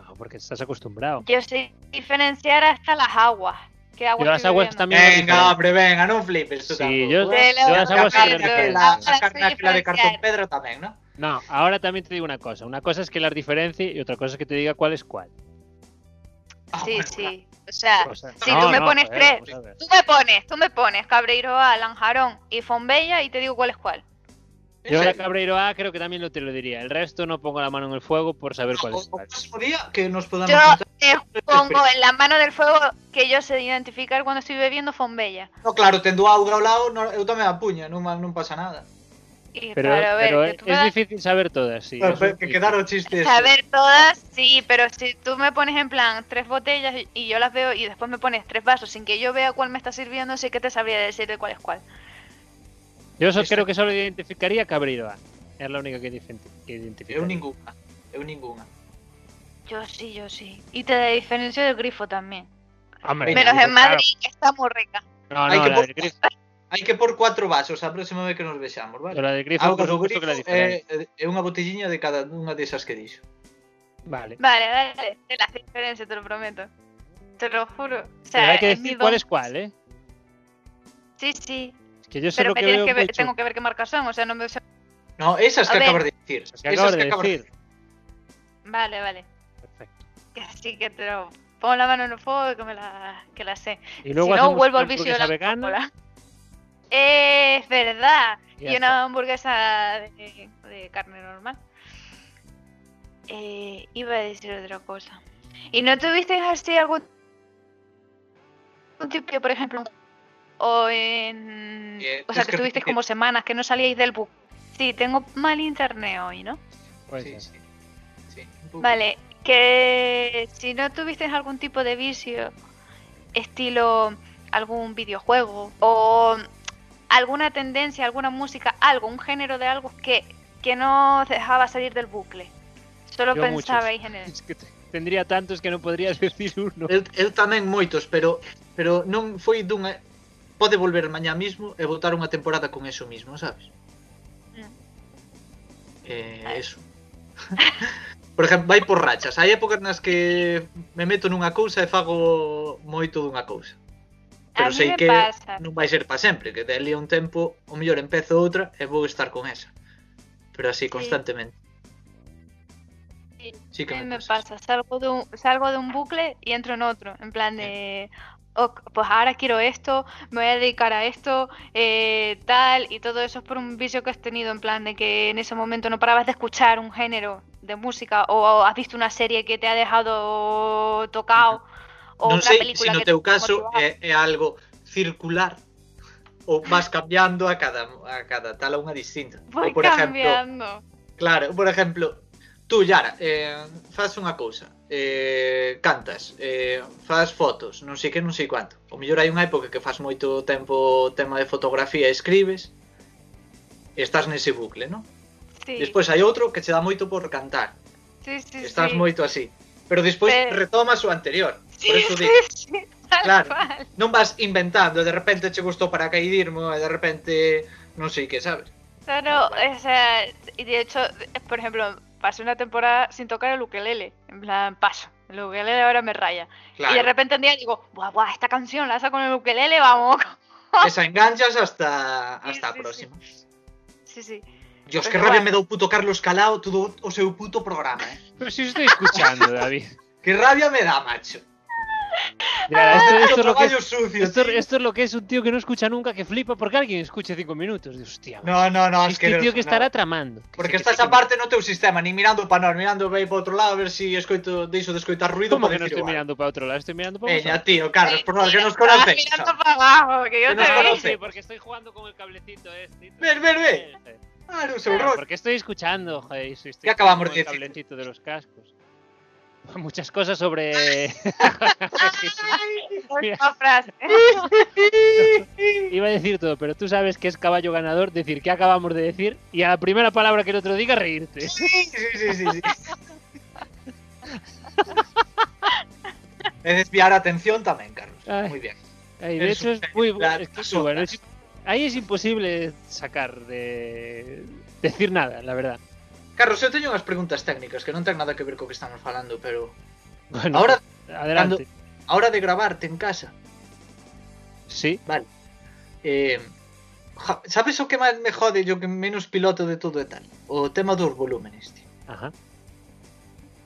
S5: No, Ah, porque estás acostumbrado.
S2: Yo sé diferenciar hasta las aguas. ¿Qué agua
S5: Yo las
S2: estoy
S5: aguas
S2: bebiendo?
S5: también. las
S1: Venga,
S5: diferencio.
S1: hombre, venga, non flipes tú
S5: Sí,
S1: tampouco.
S5: yo- yo
S2: Sí,
S5: las
S2: luego
S1: carne
S5: aguas sí
S2: la
S5: las
S2: carne,
S5: diferencio.
S1: aquela-
S2: ahora
S1: a
S2: sí
S1: carne aquela de cartón
S2: diferenciar.
S1: pedra tamén, non?
S5: No, ahora también te digo una cosa. Una cosa es que las diferencie y otra cosa es que te diga cuál es cuál.
S1: Ah,
S2: Sí,
S1: bueno, claro.
S2: sí. O sea,
S5: O sea,
S2: Ah, si tú me pones
S5: joder, vamos
S2: tres.
S5: a ver.
S2: tú me pones, tú me pones Cabreiroa, Lanjarón y Fonbella y te digo cuál es cuál.
S1: En
S5: Yo la
S1: serio.
S5: Cabreiro A creo que también lo te lo diría. El resto no pongo la mano en el fuego por saber cuál
S1: O,
S5: es
S1: o
S5: cuál.
S1: próximo día que nos podamos
S2: Yo
S1: juntar.
S2: te pongo en la mano del fuego que yo sé identificar cuando estoy bebiendo Fonbella.
S1: No, claro, tendo auga ao lado, no, eu tamén a puña, non, ma- non pasa nada.
S2: Y
S5: Pero,
S2: claro, a ver,
S5: pero
S2: que
S5: es,
S2: tú me das-
S5: difícil saber todas, sí.
S1: Claro,
S5: eso
S1: pero
S5: es
S1: que
S5: difícil.
S1: quedar o chiste ese.
S2: Saber todas, sí, pero si tú me pones en plan tres botellas y- y yo las veo y después me pones tres vasos sin que yo vea cuál me está sirviendo, sí que te sabría decir de cuál es cuál.
S5: Yo eso
S1: Este-
S5: creo que solo identificaría Cabreiro A. Es la única que, difen- que identificaría.
S1: Eu ninguna, eu ninguna.
S2: Yo sí, yo sí. Y te diferencio del grifo también.
S5: Hombre,
S1: Venga,
S2: Menos en
S5: claro.
S2: Madrid, que está muy rica.
S5: No,
S1: Hay
S5: no,
S1: que
S5: la
S1: por-
S5: del grifo,
S1: Hai que por cuatro vasos a próxima vez que nos vexamos, vale?
S5: la del grifo
S1: Auga
S5: por
S1: do
S5: supuesto
S1: grifo
S5: que la
S1: é,
S5: diferencio.
S1: é unha botelliña de cada unha desas que dixo.
S5: Vale.
S2: Vale, dale, te las diferencio, te lo prometo. Te lo juro. O sea,
S5: Pero hay que
S2: es mi
S5: decir cuál
S2: don.
S5: es cuál, ¿eh?
S2: Sí, sí.
S5: Es que yo
S2: Pero
S5: solo
S2: me
S5: que
S2: tienes
S5: veo
S2: que ver,
S5: muy
S2: tengo que ver qué marcas son, o sea, no me...
S1: No, esas
S2: A
S1: que
S2: ver.
S1: acabas de dicir.
S5: chulo. que acabas de
S1: acabas
S5: decir.
S2: Vale, vale.
S5: Perfecto.
S2: Que sí que te lo... Pongo la mano en el fuego y que me la, que la sé.
S5: Y luego
S2: si no,
S5: hacemos
S2: vuelvo al
S5: una
S2: vicio de
S5: hamburguesa
S2: la
S5: vegana.
S2: Coca-Cola. Eh, es verdad.
S5: Y
S2: Y,
S5: ya está.
S2: una hamburguesa de, de carne normal. Eh, iba a decir otra cosa. ¿Y no tuvisteis así algún, algún tipo, de, por ejemplo, o en...
S1: Eh,
S2: o sea,
S1: es
S2: que
S1: que-
S2: estuvisteis como semanas que no salíais del bus? Sí, tengo mal internet hoy, ¿no?
S5: Puede
S1: Sí,
S5: ser.
S1: sí. Sí, un pouco.
S2: Vale, que si no tuvisteis algún tipo de vicio, estilo algún videojuego o alguna tendencia, alguna música, algo, un género de algo que, que no os dejaba salir del bucle. Solo
S5: Yo muchos.
S2: pensabais en él.
S5: Es que te- tendría tantos que no podría decir uno.
S1: Eu, eu tamén moitos, pero pero non foi dunha pode volver mañá mismo e botar unha temporada con eso mismo, sabes?
S2: Mm.
S1: Eh, eso. por exemplo, vai por rachas. Hai épocas nas que me meto nunha cousa e fago moito dunha cousa.
S2: A
S1: Pero
S2: mí
S1: sei
S2: me
S1: que
S2: pasa.
S1: non vai ser pa sempre, que dali a un tempo, o mellor empezo outra e vou estar con esa. Pero así constantemente.
S2: Sí,
S1: Sí que
S2: A mí me
S1: pasa.
S2: pasa, salgo de, un, salgo de un bucle y entro en otro, en plan de, "Ok, pues ahora quiero esto, me voy a dedicar a esto, eh, tal, y todo eso es por un vicio que has tenido, en plan de que en ese momento no parabas de escuchar un género de música o has visto una serie que te ha dejado tocado. O
S1: non
S2: una
S1: sei se
S2: película
S1: no
S2: que
S1: teu
S2: te ha
S1: caso eh, é, é
S2: motivado.
S1: algo circular ou vas cambiando a cada a cada tal a unha distinta.
S2: Voy
S1: Ou, por exemplo,
S2: cambiando.
S1: claro, por exemplo, tú Yara, eh, faz unha cousa eh, cantas, eh, fas fotos, non sei que, non sei cuánto. O mellor hai unha época que fas moito tempo tema de fotografía e escribes, e estás nese bucle, non?
S2: Sí,
S1: Despois hai outro que che dá moito por cantar,
S2: sí, sí,
S1: estás
S2: sí.
S1: moito así. Pero despois
S2: Pero-
S1: retomas o anterior.
S2: Sí,
S1: Por eso
S2: sí,
S1: digo,
S2: sí, tal
S1: Claro.
S2: cual.
S1: non vas inventando, de repente che gustou paracaidismo e de repente non sei que, sabes?
S2: No, no, o sea, y de hecho, por ejemplo, pasé una temporada sin tocar el ukelele. En plan, paso. El ukelele ahora me raya.
S1: Claro.
S2: Y de repente un día digo, guau, guau, esta canción la saco con el ukelele, vamos.
S1: Esa enganchas hasta hasta a
S2: Sí, sí, sí.
S1: próxima.
S2: Sí, sí.
S1: Dios,
S2: Pero
S1: que rabia
S2: bueno.
S1: me dou puto Carlos Calao todo o seu puto programa, eh?
S5: Pero si os estoy escuchando, David.
S1: Que rabia me dá, macho.
S5: Mira, Ah, esto, esto
S1: Puto
S5: es lo que es,
S1: traballo sucio.
S5: esto,
S1: tío.
S5: esto es lo que es un tío que no escucha nunca, que flipa porque alguien escuche cinco minutos. Digo, hostia,
S1: No, no, no,
S5: este
S1: asqueroso,
S5: tío que estará
S1: no.
S5: tramando. Que
S1: Porque
S5: sí,
S1: estás
S5: que sí,
S1: a parte no teu sistema, ni mirando para nós, mirando para para outro lado a ver se si escoito deixo de escoitar
S5: que-
S1: ruido
S5: ¿Cómo
S1: para
S5: que no estoy mirando para otro lado? Estoy mirando para
S1: Veña,
S5: vosotros.
S1: tío, Carlos, por nós que nos Ah,
S2: Estaba
S1: conoces.
S2: mirando para abajo, que yo
S1: Que
S2: te
S1: nos
S2: vi.
S1: conoce.
S5: Sí, porque estoy jugando con el cablecito este.
S1: Ven, ven, ven. Ah, non sei,
S5: Claro,
S1: Rod.
S5: porque estoy escuchando, joder, y estoy
S1: ¿Qué acabamos
S5: con
S1: de
S5: el
S1: decir?
S5: cablecito de los cascos. Muchas cosas sobre.
S2: Última frase.
S5: Iba a decir todo, pero tú sabes que es caballo ganador decir que acabamos de decir y a la primera palabra que el otro diga reírte.
S1: Sí, sí, sí, sí. É desviar a atención tamén, Carlos.
S5: Ay.
S1: Moi bien.
S5: Ay, de
S1: Eres
S5: hecho,
S1: un
S5: es muy bu-
S1: plan,
S5: es que es
S1: las
S5: muy bueno.
S1: ondas.
S5: Es- ahí es imposible sacar de. decir nada, la verdad.
S1: Carlos, eu teño unhas preguntas técnicas que non ten nada que ver co que estamos falando, pero
S5: Bueno,
S1: ahora
S5: adelante.
S1: a hora de gravarte en casa,
S5: Sí,
S1: eh, ja- sabes o que máis me jode yo que menos piloto de todo e tal? O tema dos volúmenes, tío.
S5: ajá,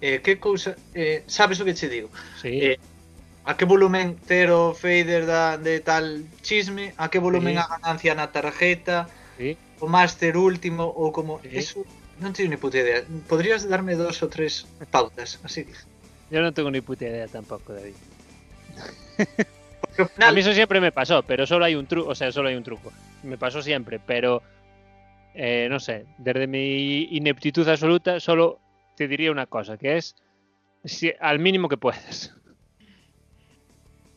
S1: Eh, que cousa, eh, sabes o que che digo?
S5: sí.
S1: Eh, A que volumen ter o fader da, de tal chisme, a que volumen
S5: Sí.
S1: a ganancia na tarjeta,
S5: Sí.
S1: o máster último ou como
S5: Sí.
S1: eso non teño ni puta idea. Podrías darme dos ou tres pautas, así dije.
S5: Yo no tengo ni puta idea tampoco, David.
S1: Porque ao
S5: A
S1: final,
S5: mí eso siempre me pasó, pero solo hay un truco, o sea, solo hay un truco. Me pasó siempre, pero eh, no sé, desde mi ineptitud absoluta solo te diría una cosa, que es si- al mínimo que puedas,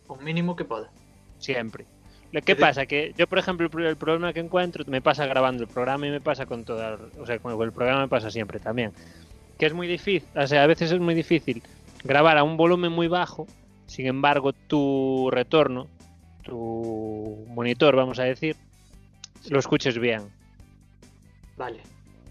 S1: o mínimo que poda.
S5: siempre. Lo que
S1: Sí.
S5: pasa que yo, por ejemplo, el pro- el problema que encuentro me pasa grabando el programa y me pasa con toda, o sea, con el programa me pasa siempre también, que es muy difícil, o sea, a veces es muy difícil grabar a un volumen muy bajo, sin embargo, tu retorno, tu monitor, vamos a decir, lo escuches bien.
S1: Vale.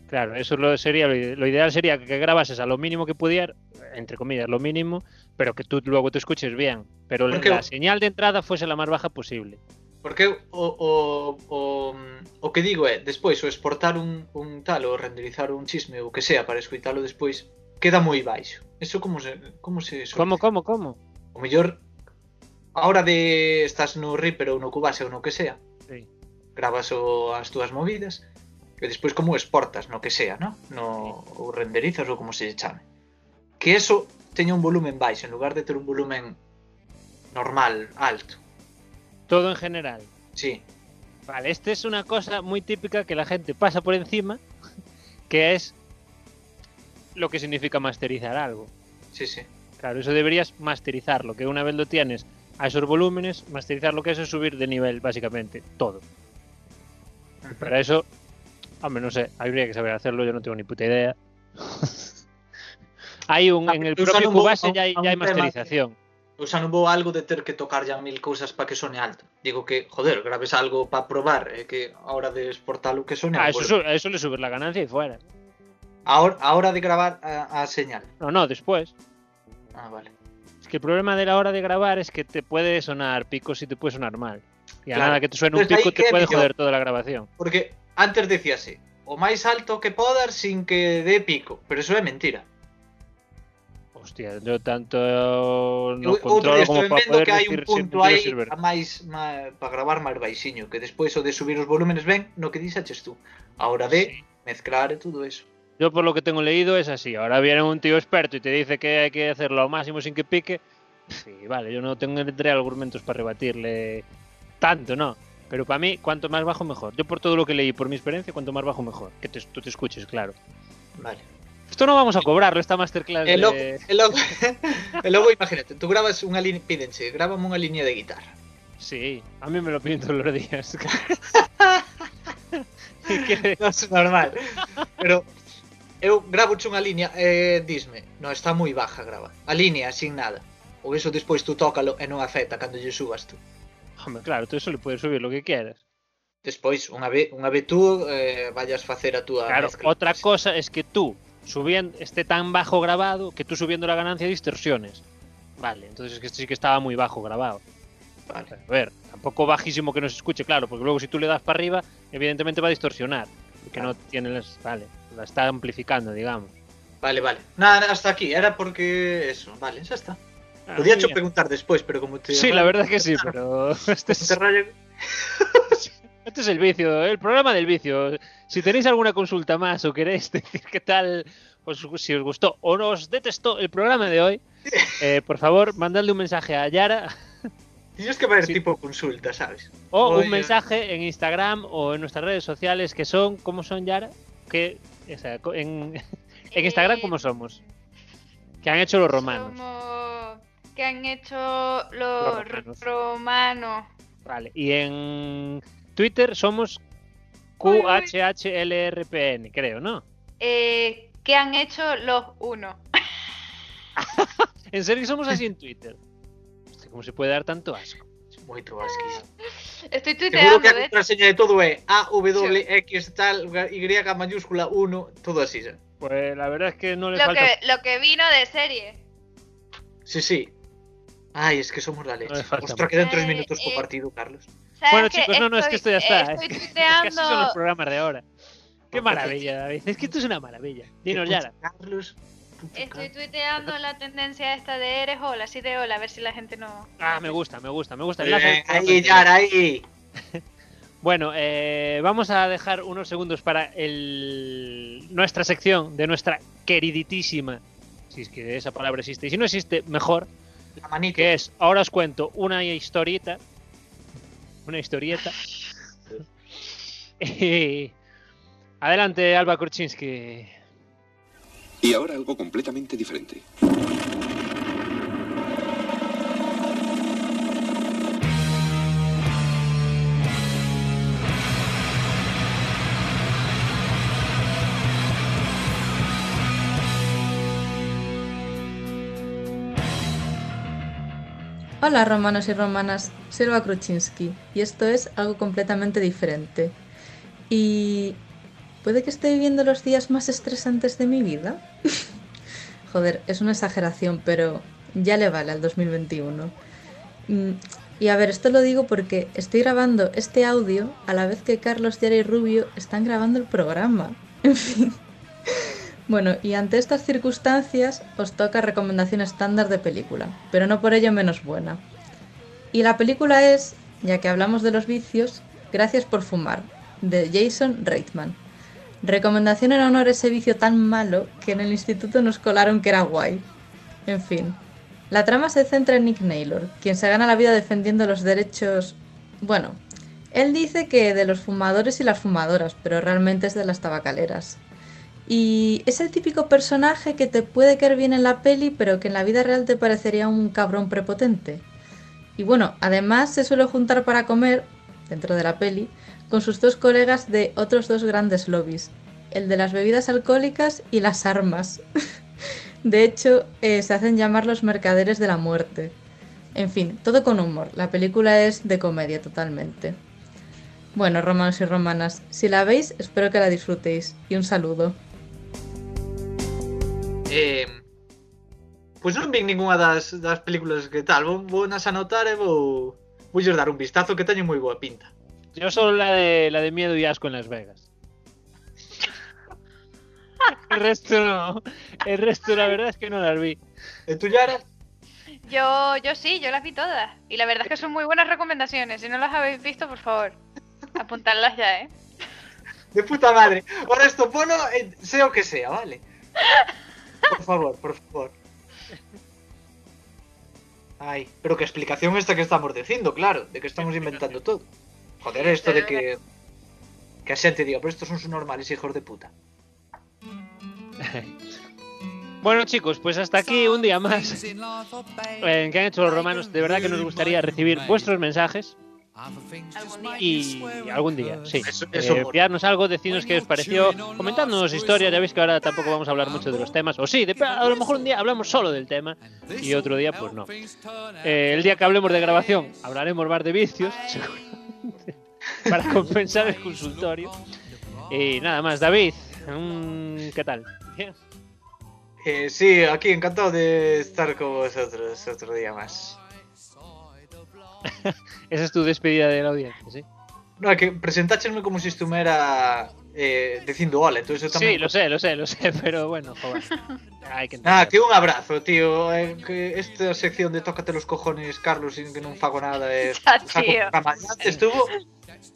S5: Claro, eso lo sería lo, ide- lo ideal sería que grabases a lo mínimo que pudiera, entre comillas, lo mínimo, pero que tú luego te escuches bien, pero
S1: Porque-
S5: la señal de entrada fuese la más baja posible.
S1: Porque o, o, o, o que digo é, despois o exportar un, un tal ou renderizar un chisme ou que sea para escoitalo despois queda moi baixo. Eso como se como se soluciona?
S5: ¿Cómo, cómo, cómo?
S1: O mellor a hora de estás no Reaper ou no Cubase ou no que sea,
S5: Sí.
S1: gravas o, as túas movidas e despois como exportas no que sea, no? no ou renderizas ou como se lle chame. Que eso teña un volumen baixo en lugar de ter un volumen normal, alto.
S5: Todo en general.
S1: Sí,
S5: Vale, esta es una cosa muy típica que la gente pasa por encima, que es lo que significa masterizar algo.
S1: sí, sí.
S5: Claro, eso deberías masterizarlo, que una vez lo tienes a esos volúmenes, masterizar lo que eso es subir de nivel, básicamente, todo. Para eso, hombre, no sé, habría que saber hacerlo, yo no tengo ni puta idea. hay un,
S1: Ah,
S5: en el
S1: pero usan
S5: propio
S1: un bo-
S5: Cubase
S1: a un-
S5: ya hay,
S1: a un
S5: ya hay
S1: tema que-
S5: masterización.
S1: O sea, non vou a algo de ter que tocar ya mil cousas para que sone alto. Digo que, joder, grabes algo para probar, é que a hora de exportalo que sone
S5: Ah,
S1: a
S5: eso,
S1: volumen.
S5: su- a eso le subes la ganancia y fuera.
S1: a, hora, a hora de gravar a, a señal.
S5: No, no, después.
S1: Ah, vale.
S5: Es que el problema de la hora de grabar es que te puede sonar picos y te puede sonar mal. Y a
S1: Claro.
S5: nada que te suene un
S1: Entonces, ahí
S5: pico te
S1: queda
S5: puede
S1: millón.
S5: joder toda la grabación.
S1: Porque antes decíase, o máis alto que podar sin que dé pico, pero eso é mentira.
S5: Hostia, yo tanto no
S1: Eu- Outro
S5: controlo
S1: día estou
S5: como para
S1: vendo
S5: poder
S1: que hai
S5: decir
S1: un
S5: si
S1: punto
S5: mentira o
S1: aí
S5: si es verdad.
S1: a máis para gravar máis baixiño, que despois o de subir os volúmenes ben, no que dixaches tú. A hora de
S5: Sí.
S1: mezclar e todo eso.
S5: Yo por lo que tengo leído es así. Ahora viene un tío experto y te dice que hay que hacerlo al máximo sin que pique. Sí, vale, yo no tendré argumentos para rebatirle tanto, ¿no? Pero para mí, cuanto más bajo, mejor. Yo por todo lo que leí, por mi experiencia, cuanto más bajo, mejor. Que te- tú te escuches, claro.
S1: Vale.
S5: Esto no vamos a cobrarlo, esta masterclass
S1: El logo,
S5: de...
S1: el logo, el logo, imagínate, tú grabas unha línea, pídense, grábame unha línea de guitarra.
S5: Sí, a mí me lo piden todos los días. Que-
S1: Non é normal. Pero eu gravo unha línea e eh, disme, no está moi baja grava. A línea, sin nada. Ou eso despois tú tócalo e non afecta cando lle subas tú.
S5: Hombre, claro, tú eso le puedes subir lo que quieras.
S1: Despois, unha vez, unha vez tú eh, vayas facer a túa
S5: Claro,
S1: mezcla.
S5: otra cosa es que tú subiendo esté tan bajo grabado que tú subiendo la ganancia distorsiones. Vale, entonces es que esto sí que estaba muy bajo grabado.
S1: Vale.
S5: A ver, tampoco bajísimo que no se escuche, claro, porque luego si tú le das para arriba, evidentemente va a distorsionar, porque no tiene las, vale, la está amplificando, digamos.
S1: Vale, vale. Nada, hasta aquí, era porque eso, vale, xa está. Podía
S5: Ah,
S1: cho
S5: mira.
S1: preguntar despois, pero como te
S5: Sí, la verdad que sí, pero este
S1: Como te
S5: es,
S1: raya-
S5: este es el vicio, el programa del vicio. Si tenéis alguna consulta más o queréis decir qué tal, os gu- si os gustó o no os detestó el programa de hoy, eh, por favor, mandadle un mensaje a Yara
S1: Tienes que ver
S5: Sí.
S1: tipo consulta, sabes?
S5: o
S1: Oye.
S5: un mensaje en Instagram o en nuestras redes sociales que son, ¿cómo son Yara? Que, o sea, co- en, En Instagram,
S2: Eh,
S5: ¿cómo somos? que han hecho los romanos.
S2: Somos... Que han hecho los,
S5: Los romanos.
S2: romanos.
S5: Vale. Y en Twitter somos
S2: Uy, uy.
S5: QHHLRPN, creo, ¿no?
S2: Eh, que han hecho los uno.
S5: En serio somos así en Twitter. Hostia, ¿Cómo se puede dar tanto asco?
S1: Moi trobasquis.
S2: Estoy
S1: Seguro
S2: tuiteando, ¿eh?
S1: que a
S2: de hecho.
S1: contraseña de todo é A, W, X, tal, Y mayúscula 1, todo así. xa.
S5: Pues la verdad es que no le
S2: Lo
S5: falta,
S2: que, lo que vino de serie.
S1: Sí, sí. Ay, es que somos la leche.
S5: No me falta
S1: Ostras,
S5: mucho.
S1: quedan tres
S2: Eh,
S1: minutos por
S2: eh.
S1: partido, Carlos.
S2: ¿Sabes
S5: Bueno,
S2: qué?
S5: chicos, no, no, es que esto ya
S2: Estoy-
S5: está,
S2: eh,
S5: es que-
S2: Estoy
S5: Es que así son los
S2: tuiteando.
S5: programas de ahora. Qué
S1: Perfecto.
S5: maravilla, David. Es que esto es una maravilla. Dinos,
S1: Puto
S5: Yara.
S1: Carlos. puto
S2: Estoy
S1: Carlos.
S2: tuiteando la tendencia esta de eres hola, sí de hola, a ver si la gente no.
S5: Ah, me gusta, me gusta, me gusta.
S1: Muy
S5: Enlaza
S1: bien,
S5: el programa
S1: Eh, Ahí,
S5: anterior.
S1: Yara, ahí.
S5: Bueno, eh, vamos a dejar unos segundos para el- nuestra sección de nuestra queriditísima, si es que esa palabra existe, y si no existe, mejor,
S1: La manita.
S5: que es, ahora os cuento una historieta, una historieta. Y- Adelante, Alba Kurczynski.
S6: Y ahora algo completamente diferente.
S7: Hola romanos y romanas, soy Elba Kruczynski y esto es algo completamente diferente. Y puede que esté viviendo los días más estresantes de mi vida. Joder, es una exageración, pero ya le vale al 2021. Mm, Y a ver, esto lo digo porque estoy grabando este audio a la vez que Carlos Yara y Rubio están grabando el programa. En fin. Bueno, y ante estas circunstancias os toca recomendación estándar de película, pero no por ello menos buena. Y la película es, ya que hablamos de los vicios, Gracias por fumar, de Jason Reitman. Recomendación en honor a ese vicio tan malo que en el instituto nos colaron que era guay. En fin. La trama se centra en Nick Naylor, quien se gana la vida defendiendo los derechos... Bueno, él dice que de los fumadores y las fumadoras, pero realmente es de las tabacaleras. Y es el típico personaje que te puede caer bien en la peli, pero que en la vida real te parecería un cabrón prepotente. Y bueno, además se suele juntar para comer, dentro de la peli, con sus dos colegas de otros dos grandes lobbies, el de las bebidas alcohólicas y las armas. De hecho, eh, se hacen llamar los mercaderes de la muerte. En fin, todo con humor. La película es de comedia totalmente. Bueno, romanos y romanas, si la veis, espero que la disfrutéis. Y un saludo.
S1: Eh, pois non vin ningunha das, das películas que tal. Vou, vou nas anotar e vou... Vou dar un vistazo que teñen moi boa pinta.
S5: Yo solo la de, la de miedo y asco en Las Vegas. El resto no. El resto la verdad es que no las vi.
S1: E tú, Yara?
S2: Yo, yo sí, yo las vi todas. Y la verdad es que son muy buenas recomendaciones. Si no las habéis visto, por favor, apuntadlas ya, ¿eh?
S1: De puta madre. Ahora esto pono, eh, sea o que sea, ¿vale? Por favor, por favor. Ay, pero que explicación esta que estamos dicindo, claro, de que estamos inventando todo. Joder, esto de que que a xente diga, pero estos son os normales hijos de puta.
S5: Bueno chicos, pues hasta aquí un día más en que han hecho los romanos. De verdad que nos gustaría recibir vuestros mensajes y algún día, sí.
S1: Eso- eso
S5: Eh,
S1: mola.
S5: enviarnos algo, decidnos qué os pareció, comentadnos historias. Ya veis que ahora tampoco vamos a hablar mucho de los temas. O sí, de- a lo mejor un día hablamos solo del tema y otro día pues no. Eh, el día que hablemos de grabación hablaremos más de vicios, seguramente, para compensar el consultorio. Y nada más, David, mm, ¿qué tal? Bien.
S1: Eh, sí, aquí encantado de estar con vosotros otro día más.
S5: Esa es tu despedida de la audiencia, ¿sí?
S1: No, é que presentáchesme como se si estumera eh, dicindo hola, entón eso
S5: Sí,
S1: tamén...
S5: lo sé, lo sé, lo sé, pero bueno, joder. Hay que
S1: Nada,
S5: entender.
S1: Ah, que un abrazo, tío. eh, que esta sección de Tócate los cojones, Carlos, sin que non fago nada, eh,
S2: Ya,
S1: saco
S2: tío.
S1: programa adiante, estuvo...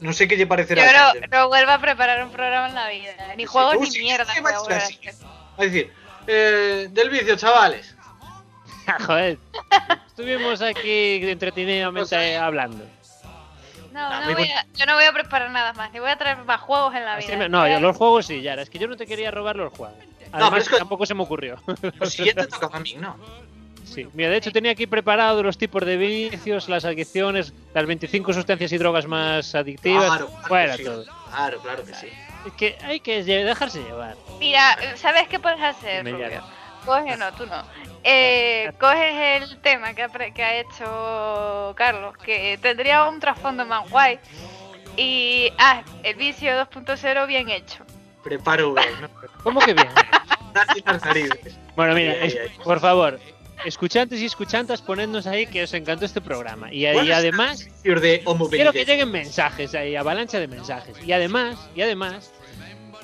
S1: Non sei que lle
S2: Yo
S1: parecerá. a
S2: no,
S1: xente.
S2: no vuelvo a preparar un programa en la vida. Ni
S1: Sí,
S2: juegos
S1: tú
S2: ni
S1: sí,
S2: mierda.
S1: sí,
S2: voy a
S1: macho,
S2: volver a
S1: así.
S2: hacer.
S1: A dicir, eh, del vicio, chavales.
S5: Ah, Joder. Estuvimos aquí entretenidamente hablando.
S2: No,
S1: Ah,
S2: no
S1: muy
S2: voy
S1: bueno.
S2: a- yo no voy a preparar nada más. Ni voy a traer más juegos en
S1: Ah,
S2: la
S5: Así
S2: vida.
S5: me- no, yo- los juegos sí, Yara. Es que yo no te quería robar los juegos. Además,
S1: pero es que-
S5: tampoco se me ocurrió.
S1: O siguiente toca a min, non?
S5: Sí. Mira, de hecho tenía aquí preparado los tipos de vicios, las adicciones, las 25 sustancias y drogas más adictivas. Fuera
S1: que sí.
S5: todo.
S1: Claro, claro que sí.
S5: Es que hay que lle- dejarse llevar.
S2: Mira, ¿sabes qué puedes hacer,
S5: Me
S2: Rubio?
S5: llama.
S2: Coge, no, tú no. Eh, coges el tema que ha, pre- que ha hecho Carlos, que tendría un trasfondo más guay. Y haz el vicio 2.0 bien hecho.
S1: Preparo ben, non?
S5: ¿Cómo que bien?
S1: Darlle nas narices.
S5: Bueno, mira,
S1: Ay, ay,
S5: es-
S1: ay.
S5: por favor, escuchantes y escuchantas, ponednos ahí que os encantó este programa. Y, y
S1: Buenas
S5: además,
S1: Y os de Homo
S5: Quiero que
S1: Benedict.
S5: lleguen mensajes ahí, avalancha de mensajes. Y además, y además,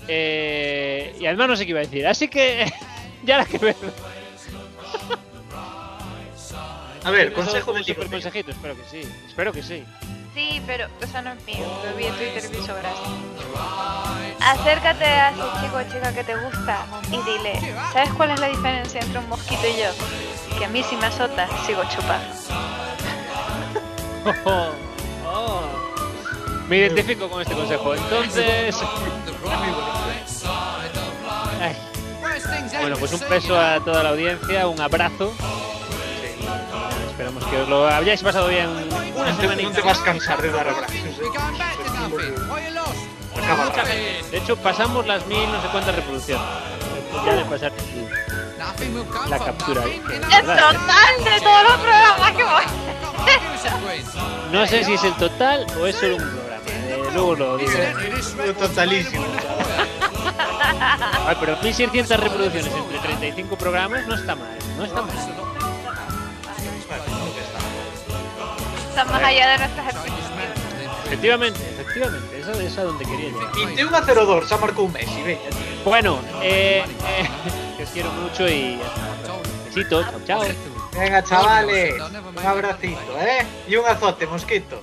S5: eh, y además no sé qué iba a decir. Así que ya la que veo.
S1: A ver, consejo del libro.
S5: super consejito, espero que sí. Espero que sí.
S2: Sí, pero eso no es mío. Lo vi en Twitter y me hizo gracia. Acércate a ese chico o chica que te gusta y dile, ¿sabes cuál es la diferencia entre un mosquito y yo? Que a mí si me azota, sigo chupando.
S5: Oh, oh. Me identifico con este consejo. Entonces. Ay. Bueno, pues un beso a toda la audiencia, un abrazo. Esperamos que os lo hayáis pasado bien una
S1: Non te- non
S5: semanita.
S1: te vas cansar de dar abrazos. eh. Acaba
S5: Mucha
S1: rápido.
S5: gente. De hecho, pasamos las mil no sé cuántas reproducciones. Ya de pasar la captura.
S1: ¿eh?
S5: que, la
S2: El
S5: verdad,
S2: total de todos los programas que voy.
S5: No sé si es el total o es solo un programa. eh, luego lo digo.
S1: Lo Totalísimo.
S5: Ay, Ah, pero 1600 reproducciones entre 35 programas no está mal. No está mal.
S2: Está más allá de nuestras expectativas.
S5: Efectivamente, efectivamente. Eso es a donde quería llegar.
S1: 21 a 02, xa marcou Messi, veña. tío.
S5: Bueno, eh, eh, que os quiero mucho y hasta otra. Besitos, chao, chao.
S1: Venga, chavales, un abracito, eh? E un azote, mosquito.